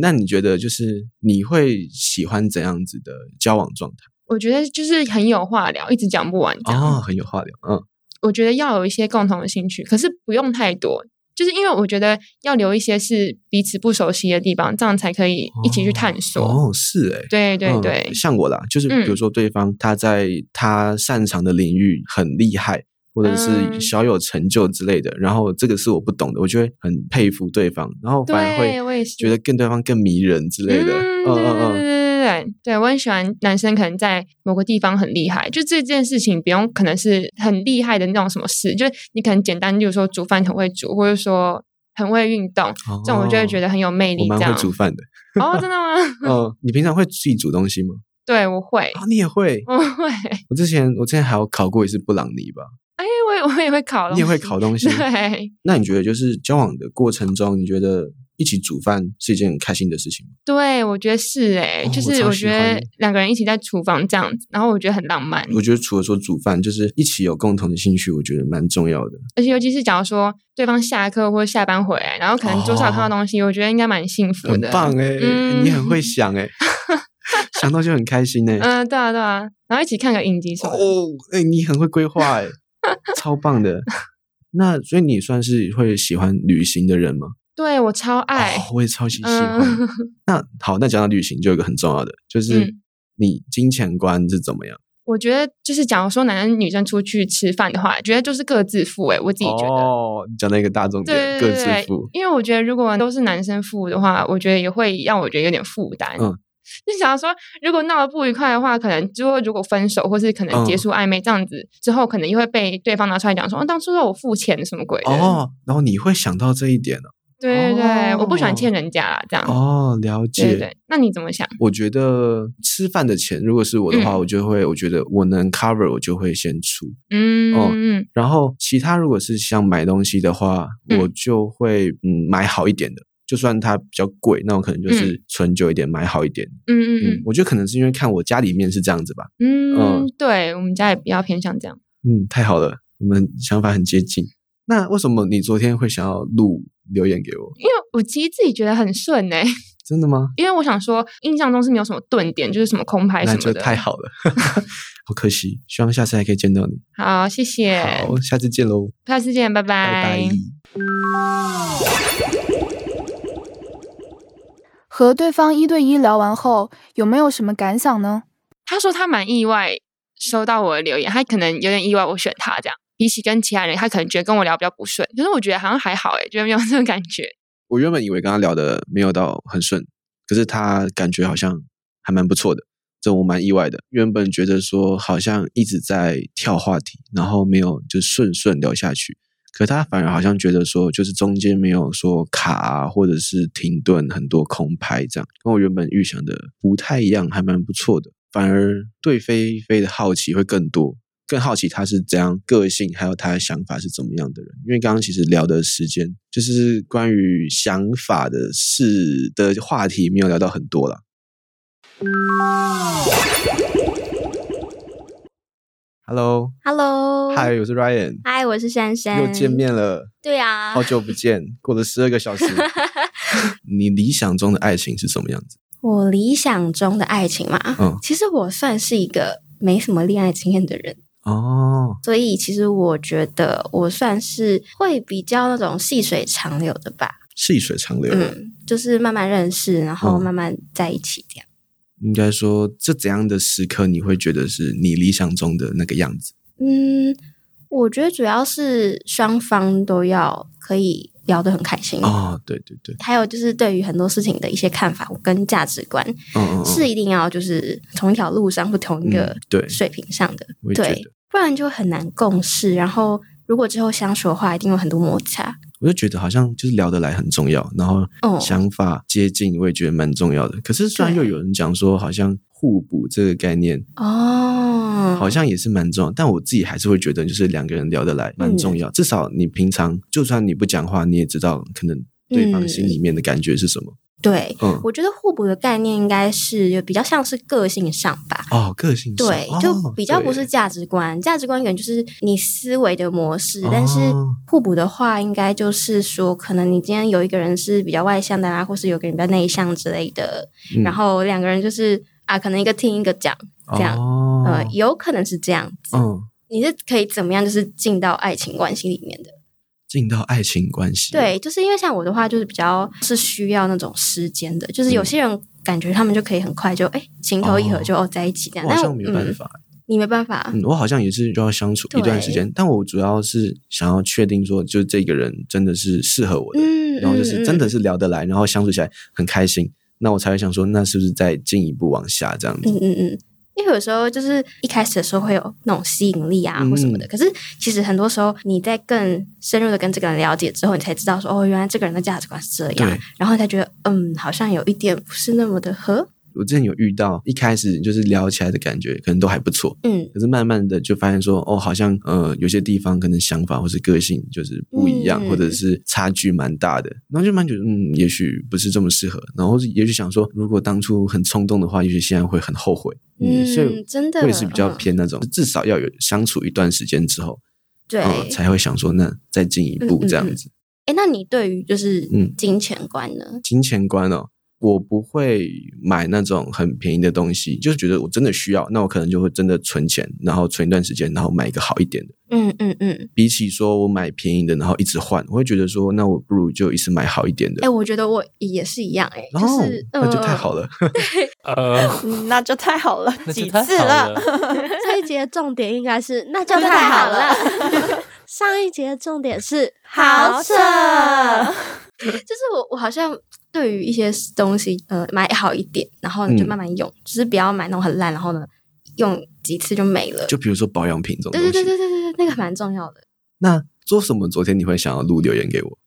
[SPEAKER 10] 那你觉得就是你会喜欢怎样子的交往状态？
[SPEAKER 9] [laughs] 我觉得就是很有话聊，一直讲不完这样。
[SPEAKER 10] 哦，很有话聊，嗯，
[SPEAKER 9] 我觉得要有一些共同的兴趣，可是不用太多，就是因为我觉得要留一些是彼此不熟悉的地方，这样才可以一起去探索。
[SPEAKER 10] 哦，是哎、
[SPEAKER 9] 对对对
[SPEAKER 10] 嗯，像我啦，就是比如说对方他在他擅长的领域很厉害，或者是
[SPEAKER 9] 嗯
[SPEAKER 10] 小有成就之类的，然后这个是我不懂的，我就会很佩服对方，然后反而
[SPEAKER 9] 对我
[SPEAKER 10] 会
[SPEAKER 9] 也是
[SPEAKER 10] 觉得跟对方更迷人之类的。嗯
[SPEAKER 9] 对对对
[SPEAKER 10] 嗯嗯，
[SPEAKER 9] 对对，对我很喜欢男生可能在某个地方很厉害，就这件事情不用可能是很厉害的那种什么事，就是你可能简单，就是说煮饭很会煮，或者说很会运动，这种我就会觉得很有魅
[SPEAKER 10] 我
[SPEAKER 9] 力。
[SPEAKER 10] 蛮
[SPEAKER 9] 这样
[SPEAKER 10] 会煮饭的。
[SPEAKER 9] 哦，真的吗？
[SPEAKER 10] 嗯，你平常会自己煮东西吗？
[SPEAKER 9] 对，我会。
[SPEAKER 10] 啊，你也会？
[SPEAKER 9] 我会。
[SPEAKER 10] 我之前我之前还有烤过一次布朗尼吧。
[SPEAKER 9] 哎，我也我也会烤东
[SPEAKER 10] 你
[SPEAKER 9] 西。
[SPEAKER 10] 也会烤东西
[SPEAKER 9] 对
[SPEAKER 10] 那你觉得就是交往的过程中，你觉得一起煮饭是一件很开心的事情吗？
[SPEAKER 9] 对，我觉得是哎、
[SPEAKER 10] 哦
[SPEAKER 9] 就
[SPEAKER 10] 我
[SPEAKER 9] 是
[SPEAKER 10] 超
[SPEAKER 9] 我
[SPEAKER 10] 喜
[SPEAKER 9] 觉
[SPEAKER 10] 欢
[SPEAKER 9] 得两个人一起在厨房这样子，然后我觉得很浪漫。
[SPEAKER 10] 我觉得除了说煮饭，就是一起有共同的兴趣，我觉得蛮重要的。
[SPEAKER 9] 而且尤其是假如说对方下课或者下班回来，然后可能桌上有看到东西，我觉得应该蛮幸福
[SPEAKER 10] 哦很
[SPEAKER 9] 的。
[SPEAKER 10] 棒哎、
[SPEAKER 9] 嗯
[SPEAKER 10] 你很会想哎、想到就很开心哎、
[SPEAKER 9] [laughs] 嗯、对啊对啊，然后一起看个影集什么的。
[SPEAKER 10] 哦，哎、你很会规划哎、超棒
[SPEAKER 9] [laughs]
[SPEAKER 10] 的。那所以你算是会喜欢旅行的人吗？
[SPEAKER 9] 对我超爱。
[SPEAKER 10] 我也哦超级喜欢。
[SPEAKER 9] 嗯，
[SPEAKER 10] 那好，那讲到旅行，就有一个很重要的，就是
[SPEAKER 9] 嗯
[SPEAKER 10] 你金钱观是怎么样？
[SPEAKER 9] [laughs] 我觉得就是假如说男生女生出去吃饭的话，觉得就是各自付哎、我自己觉得。
[SPEAKER 10] 哦，你讲到一个大重
[SPEAKER 9] 对
[SPEAKER 10] 点，各
[SPEAKER 9] 对
[SPEAKER 10] 自
[SPEAKER 9] 对对
[SPEAKER 10] 付，。
[SPEAKER 9] 因为我觉得如果都是男生付的话，我觉得也会让我觉得有点负担。
[SPEAKER 10] 嗯，
[SPEAKER 9] 就想说，如果闹得不愉快的话，可能之后如果分手，或是可能
[SPEAKER 10] 嗯
[SPEAKER 9] 结束暧昧这样子、之后，可能又会被对方拿出来讲说，啊当初让我付钱什么鬼的。
[SPEAKER 10] 哦，然后你会想到这一点哦。
[SPEAKER 9] 对对对，我不喜欢欠人家啦，这样。
[SPEAKER 10] 哦，了解。
[SPEAKER 9] 嗯对对对，那你怎么想？
[SPEAKER 10] 我觉得吃饭的钱，如果是我的话，
[SPEAKER 9] 嗯
[SPEAKER 10] 我就会，我觉得我能 cover，我就会先出。
[SPEAKER 9] 嗯
[SPEAKER 10] 哦
[SPEAKER 9] 嗯
[SPEAKER 10] 然后其他如果是像买东西的话，
[SPEAKER 9] 嗯
[SPEAKER 10] 我就会嗯买好一点的，就算它比较贵，那我可能就是
[SPEAKER 9] 嗯
[SPEAKER 10] 存久一点，买好一点。
[SPEAKER 9] 嗯嗯
[SPEAKER 10] 我觉得可能是因为看我家里面是这样子吧。
[SPEAKER 9] 嗯
[SPEAKER 10] 嗯
[SPEAKER 9] 嗯，对我们家也比较偏向这样。
[SPEAKER 10] 嗯，太好了，我们想法很接近。那为什么你昨天会想要录留言给我？
[SPEAKER 9] 因为我其实自己觉得很顺哎、
[SPEAKER 10] 真的吗？
[SPEAKER 9] 因为我想说，印象中是没有什么顿点，就是什么空拍什
[SPEAKER 10] 那
[SPEAKER 9] 么
[SPEAKER 10] 就
[SPEAKER 9] 的。
[SPEAKER 10] 太好了， [laughs] 好可惜，希望下次还可以见到你。
[SPEAKER 9] 好，谢谢，
[SPEAKER 10] 好，下次见喽。
[SPEAKER 9] 下次见，拜拜。
[SPEAKER 5] 和对方一对一聊完后，有没有什么感想呢？
[SPEAKER 9] 他说他蛮意外收到我的留言，他可能有点意外我选他这样，比起跟其他人，他可能觉得跟我聊比较不顺，可是我觉得好像还好诶，觉得没有这种感觉。
[SPEAKER 10] 我原本以为跟他聊的没有到很顺，可是他感觉好像还蛮不错的，这我蛮意外的。原本觉得说好像一直在跳话题，然后没有就顺顺聊下去，可他反而好像觉得说就是中间没有说卡、啊、或者是停顿很多空拍这样，跟我原本预想的不太一样，还蛮不错的。反而对菲菲的好奇会更多，更好奇他是怎样个性，还有他的想法是怎么样的人。因为刚刚其实聊的时间就是关于想法的事的话题，没有聊到很多啦。Hello，
[SPEAKER 8] Hello，
[SPEAKER 10] 嗨，我是 Ryan，
[SPEAKER 8] 嗨，我是珊珊，
[SPEAKER 10] 又见。面了。
[SPEAKER 8] 对啊
[SPEAKER 10] 好久不见，过了十二个
[SPEAKER 8] [laughs]
[SPEAKER 10] 小时。你理想中的爱情是什么样子？
[SPEAKER 8] 我理想中的爱情嘛，
[SPEAKER 10] 嗯
[SPEAKER 8] 其实我算是一个没什么恋爱经验的人，
[SPEAKER 10] 哦，
[SPEAKER 8] 所以其实我觉得我算是会比较那种细水长流的吧，
[SPEAKER 10] 细水长流。
[SPEAKER 8] 嗯，就是慢慢认识，然后
[SPEAKER 10] 嗯
[SPEAKER 8] 慢慢在一起这样。
[SPEAKER 10] 应该说，这怎样的时刻你会觉得是你理想中的那个样子？
[SPEAKER 8] 嗯，我觉得主要是双方都要可以聊得很开心
[SPEAKER 10] 哦，对对对，
[SPEAKER 8] 还有就是对于很多事情的一些看法跟价值观，
[SPEAKER 10] 嗯嗯
[SPEAKER 8] 是一定要就是同一条路上或同一个
[SPEAKER 10] 嗯对
[SPEAKER 8] 水平上的，
[SPEAKER 10] 我也觉
[SPEAKER 8] 对
[SPEAKER 10] 得，
[SPEAKER 8] 不然就很难共事。然后如果之后相处的话，一定有很多摩擦。
[SPEAKER 10] 我就觉得好像就是聊得来很重要，然后
[SPEAKER 8] 哦
[SPEAKER 10] 想法接近，我也觉得蛮重要的。可是虽然又有人讲说好像互补这个概念，
[SPEAKER 8] 哦，
[SPEAKER 10] 好像也是蛮重要，但我自己还是会觉得就是两个人聊得来蛮重要。至少你平常就算你不讲话，你也知道可能对方
[SPEAKER 8] 嗯
[SPEAKER 10] 心里面的感觉是什么。
[SPEAKER 8] 对，
[SPEAKER 10] 嗯
[SPEAKER 8] 我觉得互补的概念应该是比较像是个性上吧。
[SPEAKER 10] 哦，个性上
[SPEAKER 8] 对，
[SPEAKER 10] 哦
[SPEAKER 8] 就比较不是
[SPEAKER 10] 对
[SPEAKER 8] 价值观，价值观可能就是你思维的模式，但是
[SPEAKER 10] 哦
[SPEAKER 8] 互补的话，应该就是说，可能你今天有一个人是比较外向的啊，或是有个人比较内向之类的，
[SPEAKER 10] 嗯
[SPEAKER 8] 然后两个人就是啊，可能一个听一个讲，这样，
[SPEAKER 10] 哦
[SPEAKER 8] 呃，有可能是这样子。
[SPEAKER 10] 嗯，
[SPEAKER 8] 你是可以怎么样，就是进到爱情关系里面的。
[SPEAKER 10] 进到爱情关系，
[SPEAKER 8] 对，就是因为像我的话，就是比较是需要那种时间的，
[SPEAKER 10] 嗯
[SPEAKER 8] 就是有些人感觉他们就可以很快就哎、情投意合就哦在一起这样，
[SPEAKER 10] 我好
[SPEAKER 8] 但
[SPEAKER 10] 像没有办
[SPEAKER 8] 嗯
[SPEAKER 10] 法。
[SPEAKER 8] 你没办法，啊
[SPEAKER 10] 嗯，我好像也是就要相处一段时间，但我主要是想要确定说，就这个人真的是适合我的，
[SPEAKER 8] 嗯
[SPEAKER 10] 然后就是真的
[SPEAKER 8] 嗯
[SPEAKER 10] 是聊得来，然后相处起来很开心，那我才会想说，那是不是再进一步往下这样子？
[SPEAKER 8] 嗯嗯嗯，因为有时候就是一开始的时候会有那种吸引力啊或什么的，
[SPEAKER 10] 嗯
[SPEAKER 8] 可是其实很多时候你在更深入的跟这个人了解之后，你才知道说哦，原来这个人的价值观是这样
[SPEAKER 10] 对，
[SPEAKER 8] 然后你才觉得嗯，好像有一点不是那么的合，
[SPEAKER 10] 我之前有遇到，一开始就是聊起来的感觉可能都还不错，
[SPEAKER 8] 嗯
[SPEAKER 10] 可是慢慢的就发现说，哦，好像呃有些地方可能想法或是个性就是不一样，
[SPEAKER 8] 嗯
[SPEAKER 10] 或者是差距蛮大的，然后就蛮觉得嗯，也许不是这么适合，然后也许想说，如果当初很冲动的话，也许现在会很后悔。
[SPEAKER 8] 嗯
[SPEAKER 10] 所以
[SPEAKER 8] 真的
[SPEAKER 10] 我也是比较
[SPEAKER 8] 嗯
[SPEAKER 10] 偏那种，至少要有相处一段时间之后，
[SPEAKER 8] 对。
[SPEAKER 10] 嗯，才会想说那再进一步这样子。
[SPEAKER 8] 哎，那你对于就是
[SPEAKER 10] 嗯
[SPEAKER 8] 金钱观呢？
[SPEAKER 10] 金钱观哦，我不会买那种很便宜的东西，就是觉得我真的需要，那我可能就会真的存钱，然后存一段时间，然后买一个好一点的。
[SPEAKER 8] 嗯嗯嗯，
[SPEAKER 10] 比起说我买便宜的，然后一直换，我会觉得说，那我不如就一次买好一点的
[SPEAKER 8] 哎，。我觉得我也是一样，哎，就
[SPEAKER 10] 哦
[SPEAKER 8] 是，
[SPEAKER 10] 那就太
[SPEAKER 8] 呃
[SPEAKER 10] 好了。
[SPEAKER 13] 呃，
[SPEAKER 2] 嗯那就太好了，
[SPEAKER 13] 那就
[SPEAKER 2] 几
[SPEAKER 13] 太
[SPEAKER 2] 次
[SPEAKER 13] 好
[SPEAKER 2] 了，
[SPEAKER 13] [laughs]
[SPEAKER 3] 这一节重点应该是那就
[SPEAKER 2] 那就
[SPEAKER 3] 太
[SPEAKER 2] 太
[SPEAKER 3] 好
[SPEAKER 2] 好
[SPEAKER 3] 了
[SPEAKER 2] 了。 [laughs]
[SPEAKER 3] 上一节重点是
[SPEAKER 2] [laughs] 好扯
[SPEAKER 8] 就是 [laughs] 我我好像对于一些东西，呃，买好一点，然后呢
[SPEAKER 10] 嗯
[SPEAKER 8] 就慢慢用，只是不要买那种很烂，然后呢用几次就没
[SPEAKER 10] [laughs]
[SPEAKER 8] 了。
[SPEAKER 10] 就比如说保养品这种
[SPEAKER 8] 对
[SPEAKER 10] 东西
[SPEAKER 8] 对，对对对对对，那个蛮重要
[SPEAKER 10] [laughs]
[SPEAKER 8] 的。
[SPEAKER 10] 那做什么？昨天你会想要录留言给我，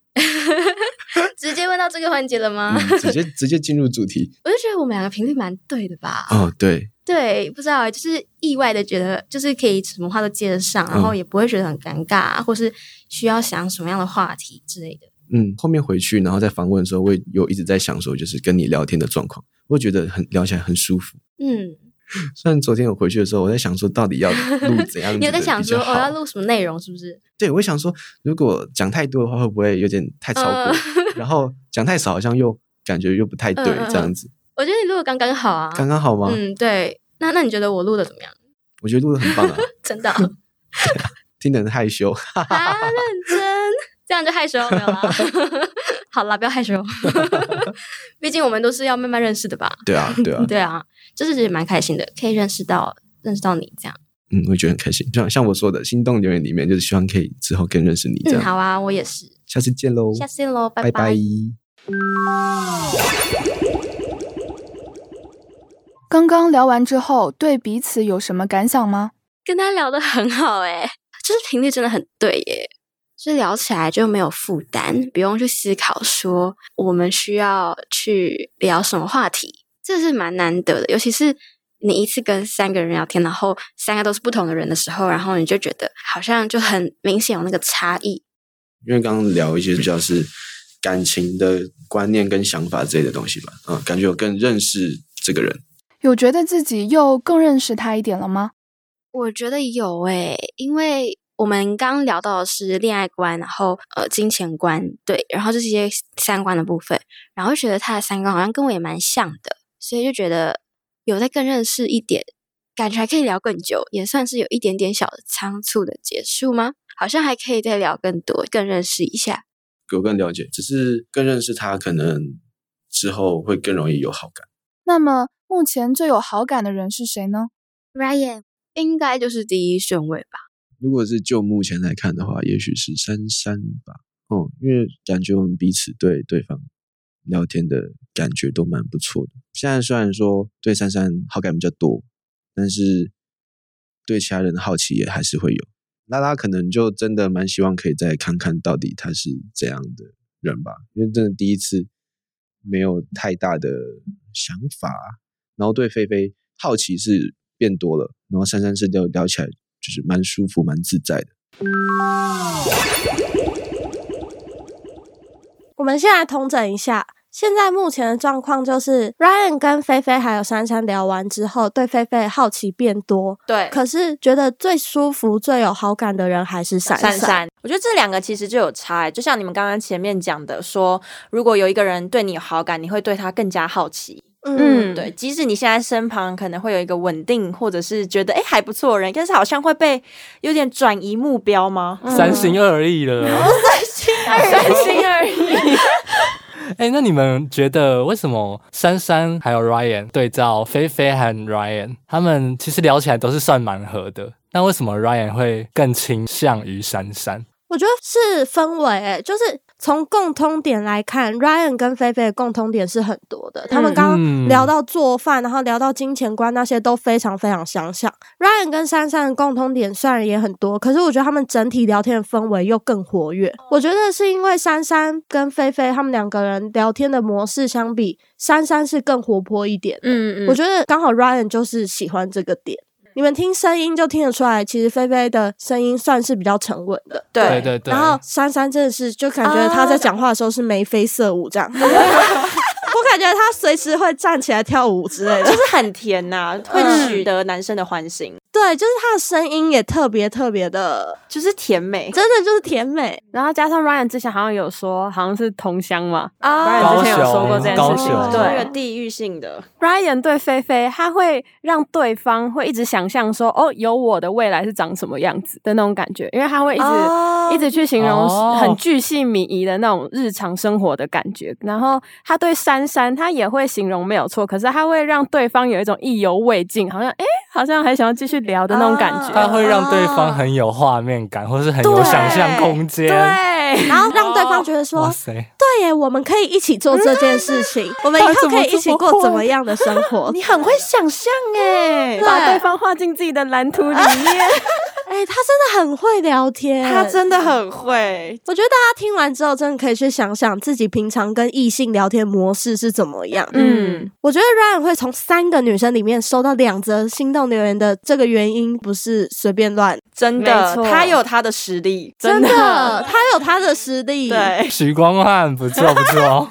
[SPEAKER 8] 直接问到这个环节了吗？
[SPEAKER 10] 嗯直接直接进入主题。
[SPEAKER 8] [laughs] 我就觉得我们两个频率蛮对的吧？
[SPEAKER 10] 哦，对，
[SPEAKER 8] 对，不知道欸，就是意外的觉得，就是可以什么话都接得上，然后
[SPEAKER 10] 嗯
[SPEAKER 8] 也不会觉得很尴尬、啊或是需要想什么样的话题之类的。
[SPEAKER 10] 嗯，后面回去然后再访问的时候，我也有一直在想说，就是跟你聊天的状况，我觉得很聊起来很舒服。
[SPEAKER 8] 嗯，
[SPEAKER 10] 虽然昨天我回去的时候，我在想说到底要录怎样子的比较好，
[SPEAKER 8] [laughs] 你有在想说我、哦、要录什么内容，是不是？
[SPEAKER 10] 对，我想说如果讲太多的话，会不会有点太超
[SPEAKER 8] [laughs]
[SPEAKER 10] 过？然后讲太少，好像又感觉又不太对，
[SPEAKER 8] 嗯嗯嗯嗯
[SPEAKER 10] 这样子
[SPEAKER 8] 我觉得你录的刚刚好啊，
[SPEAKER 10] 刚刚好吗？
[SPEAKER 8] 嗯，对。那那你觉得我录的怎么样？
[SPEAKER 10] 我觉得录的很棒
[SPEAKER 8] [laughs]
[SPEAKER 10] 啊，[laughs]
[SPEAKER 8] 真的啊，认
[SPEAKER 10] 听得很害羞。 [laughs]
[SPEAKER 8] 真，这样就害羞了没有啦？ [laughs] 好啦，不要害羞， [laughs] 毕竟我们都是要慢慢认识的吧？，
[SPEAKER 10] 对啊，对啊
[SPEAKER 8] 对啊，就是也蛮开心的，可以认识到认识到你这样。
[SPEAKER 10] 嗯，我也觉得很开心。像像我说的，心动留言里面，就是希望可以之后更认识你这
[SPEAKER 8] 嗯，
[SPEAKER 10] 样。
[SPEAKER 8] 好啊，我也是，
[SPEAKER 10] 下次见喽，
[SPEAKER 8] 下次见喽，
[SPEAKER 10] 拜
[SPEAKER 8] 拜
[SPEAKER 10] 拜。
[SPEAKER 5] 刚刚聊完之后，对彼此有什么感想吗？
[SPEAKER 8] 跟他聊得很好哎、就是频率真的很对耶，就是聊起来就没有负担，不用去思考说我们需要去聊什么话题，这是蛮难得的，尤其是。你一次跟三个人聊天，然后三个都是不同的人的时候，然后你就觉得好像就很明显有那个差异。
[SPEAKER 10] 因为刚刚聊一些比较是感情的观念跟想法之类的东西吧，嗯，感觉我更认识这个人。
[SPEAKER 5] 有觉得自己又更认识他一点了吗？
[SPEAKER 8] 我觉得有诶、因为我们刚聊到的是恋爱观，然后呃金钱观，对，然后这些三观的部分，然后就觉得他的三观好像跟我也蛮像的，所以就觉得有在更认识一点，感觉还可以聊更久，也算是有一点点小的仓促的结束吗？好像还可以再聊更多，更认识一下。
[SPEAKER 10] 有更了解，只是更认识他，可能之后会更容易有好感。
[SPEAKER 5] 那么目前最有好感的人是谁呢？
[SPEAKER 8] Ryan 应该就是第一顺位吧。
[SPEAKER 10] 如果是就目前来看的话，也许是三三吧，哦，因为感觉我们彼此对对方聊天的感觉都蛮不错的。现在虽然说对珊珊好感比较多，但是对其他人的好奇也还是会有。拉拉可能就真的蛮希望可以再看看到底他是怎样的人吧，因为真的第一次没有太大的想法，然后对菲菲好奇是变多了，然后珊珊是聊聊起来就是蛮舒服、蛮自在的。
[SPEAKER 3] 我们先来统整一下，现在目前的状况就是，Ryan 跟菲菲还有珊珊聊完之后，对菲菲的好奇变多。
[SPEAKER 2] 对
[SPEAKER 3] 可是觉得最舒服、最有好感的人还是珊
[SPEAKER 2] 珊珊。我觉得这两个其实就有差、欸，就像你们刚刚前面讲的说，如果有一个人对你有好感，你会对他更加好奇。
[SPEAKER 3] 嗯
[SPEAKER 2] 对，即使你现在身旁可能会有一个稳定或者是觉得哎、诶还不错的人，但是好像会被有点转移目标吗？
[SPEAKER 4] 嗯
[SPEAKER 13] 三心二意
[SPEAKER 2] [laughs]
[SPEAKER 13] 了。[laughs]
[SPEAKER 2] 三
[SPEAKER 3] [laughs]
[SPEAKER 2] 心二意，
[SPEAKER 1] 三心
[SPEAKER 8] 啊
[SPEAKER 1] 二意。
[SPEAKER 13] 哎、那你们觉得为什么珊珊还有 Ryan 对照菲菲和 Ryan，他们其实聊起来都是算蛮合的，那为什么 Ryan 会更倾向于珊珊？
[SPEAKER 3] 我觉得是氛围、欸，就是从共通点来看，Ryan 跟菲菲的共通点是很多的。
[SPEAKER 2] 嗯
[SPEAKER 3] 他们刚刚聊到做饭，然后聊到金钱观那些都非常非常相像。Ryan 跟珊珊的共通点虽然也很多，可是我觉得他们整体聊天的氛围又更活跃。我觉得是因为珊珊跟菲菲他们两个人聊天的模式相比，珊珊是更活泼一点的。
[SPEAKER 2] 嗯
[SPEAKER 3] 我觉得刚好 Ryan 就是喜欢这个点。你们听声音就听得出来，其实菲菲的声音算是比较沉稳的。
[SPEAKER 13] 对对对
[SPEAKER 3] 然后珊珊真的是，就感觉她在讲话的时候是眉飞色舞
[SPEAKER 13] [laughs]
[SPEAKER 3] 这样。我感觉她随时会站起来跳舞之类的，
[SPEAKER 2] 就是很甜呐、会
[SPEAKER 4] 嗯
[SPEAKER 2] 取得男生的欢心。
[SPEAKER 3] 对，就是她的声音也特别特别的，
[SPEAKER 2] 就是甜美，
[SPEAKER 3] 真的就是甜美。
[SPEAKER 4] 然后加上 Ryan 之前好像有说，好像是同乡嘛。
[SPEAKER 3] 哦
[SPEAKER 2] 啊
[SPEAKER 4] Ryan 之前有说过这件事
[SPEAKER 2] 高
[SPEAKER 4] 情，
[SPEAKER 2] 雄那个
[SPEAKER 4] 对。
[SPEAKER 2] 地域性的，
[SPEAKER 4] Ryan 对菲菲，他会让对方会一直想象说，哦，有我的未来是长什么样子的那种感觉，因为他会一直、一直去形容
[SPEAKER 1] 哦
[SPEAKER 4] 很巨细靡遗的那种日常生活的感觉。然后他对珊珊，他也会形容没有错，可是他会让对方有一种意犹未尽，好像诶，好像还想要继续聊的那种感觉。
[SPEAKER 13] 他会让对方很有画面感，或是很有
[SPEAKER 4] 啊对
[SPEAKER 13] 想象空间。
[SPEAKER 4] 对，
[SPEAKER 3] 然后让对方觉得说，
[SPEAKER 13] 哇塞，
[SPEAKER 3] 对耶，我们可以一起做这件事情，我们以后可以一起过怎么样的生活？
[SPEAKER 2] 你很会想象
[SPEAKER 3] [laughs]
[SPEAKER 2] 哎，
[SPEAKER 4] 把对方画进自己的蓝图里面。
[SPEAKER 3] 哎、他真的很会聊天，
[SPEAKER 2] 他真的很会。
[SPEAKER 3] 我觉得大家听完之后，真的可以去想想自己平常跟异性聊天模式是怎么样。
[SPEAKER 2] 嗯，
[SPEAKER 3] 我觉得 Ryan 会从三个女生里面收到两则心动留言的这个原因，不是随便乱，
[SPEAKER 2] 真的，他有他的实力，
[SPEAKER 3] 真的，他有他的实力。
[SPEAKER 2] 对，
[SPEAKER 13] [laughs] 许光汉不错哦不错，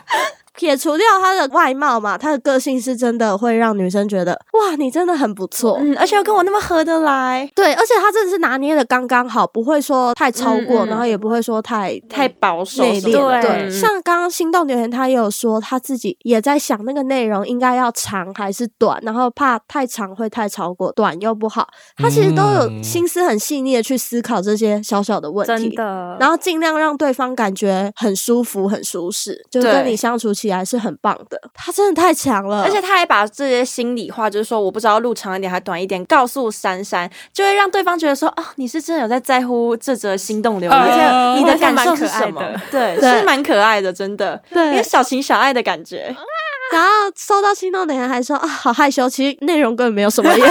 [SPEAKER 3] 撇除掉他的外貌嘛，他的个性是真的会让女生觉得哇，你真的很不错，
[SPEAKER 2] 嗯，而且又跟我那么合得来，
[SPEAKER 3] 对，而且他真的是拿捏的刚刚好，不会说太超过，
[SPEAKER 2] 嗯嗯
[SPEAKER 3] 然后也不会说太
[SPEAKER 2] 太保守
[SPEAKER 3] 内
[SPEAKER 2] 什
[SPEAKER 3] 敛。
[SPEAKER 2] 么的，嗯
[SPEAKER 3] 对，像刚刚心动留言，他也有说他自己也在想那个内容应该要长还是短，然后怕太长会太超过，短又不好。他其实都有
[SPEAKER 2] 嗯
[SPEAKER 3] 心思很细腻的去思考这些小小的问题，
[SPEAKER 4] 真的
[SPEAKER 3] 然后尽量让对方感觉很舒服、很舒适，就跟
[SPEAKER 2] 对
[SPEAKER 3] 你相处起来是很棒的。他真的太强了，
[SPEAKER 2] 而且他还把这些心里话，就是说我不知道路长一点还短一点，告诉珊珊，就会让对方觉得说，哦，你是真的有在在乎这则心动流，
[SPEAKER 4] 而且
[SPEAKER 2] 你的
[SPEAKER 4] 而且
[SPEAKER 2] 感
[SPEAKER 4] 蛮
[SPEAKER 2] 受
[SPEAKER 4] 可
[SPEAKER 2] 是
[SPEAKER 4] 爱
[SPEAKER 2] 什么
[SPEAKER 4] 的？
[SPEAKER 2] 对，
[SPEAKER 3] 对
[SPEAKER 2] 是蛮可爱的，真的，
[SPEAKER 3] 对
[SPEAKER 2] 一个小情小爱的感觉。
[SPEAKER 3] 然后收到心动的人还说啊，好害羞，其实内容根本没有什么用。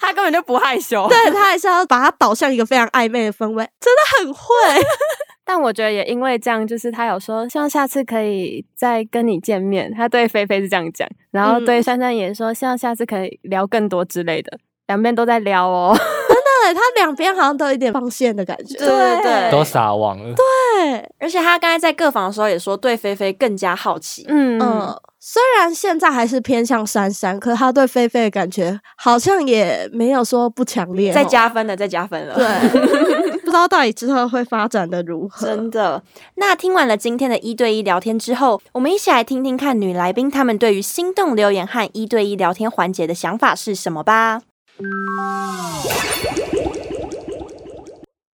[SPEAKER 4] 他根本就不害羞。
[SPEAKER 3] [laughs] 对他还是要把它导向一个非常暧昧的氛围，真的很会。 [laughs]
[SPEAKER 4] 但我觉得也因为这样，就是他有说希望下次可以再跟你见面。他对菲菲是这样讲，然
[SPEAKER 3] 嗯
[SPEAKER 4] 后对珊珊也说希望下次可以聊更多之类的。两边都在聊哦， [laughs]
[SPEAKER 3] 真的，他两边好像都有一点放线的感觉。
[SPEAKER 2] 对对 [laughs] 对
[SPEAKER 13] 都撒网了。
[SPEAKER 3] 对，
[SPEAKER 2] 而且他刚才在各房的时候也说，对菲菲更加好奇。
[SPEAKER 4] 嗯
[SPEAKER 3] 嗯。虽然现在还是偏向珊珊，可他对菲菲的感觉好像也没有说不强烈哦，
[SPEAKER 2] 再
[SPEAKER 3] [laughs]
[SPEAKER 2] 加分了，再加分了。
[SPEAKER 3] 对，不知道到底之后会发展的如何。
[SPEAKER 2] 真的。那听完了今天的一对一聊天之后，我们一起来听听看女来宾她们对于心动留言和一对一聊天环节的想法是什么吧。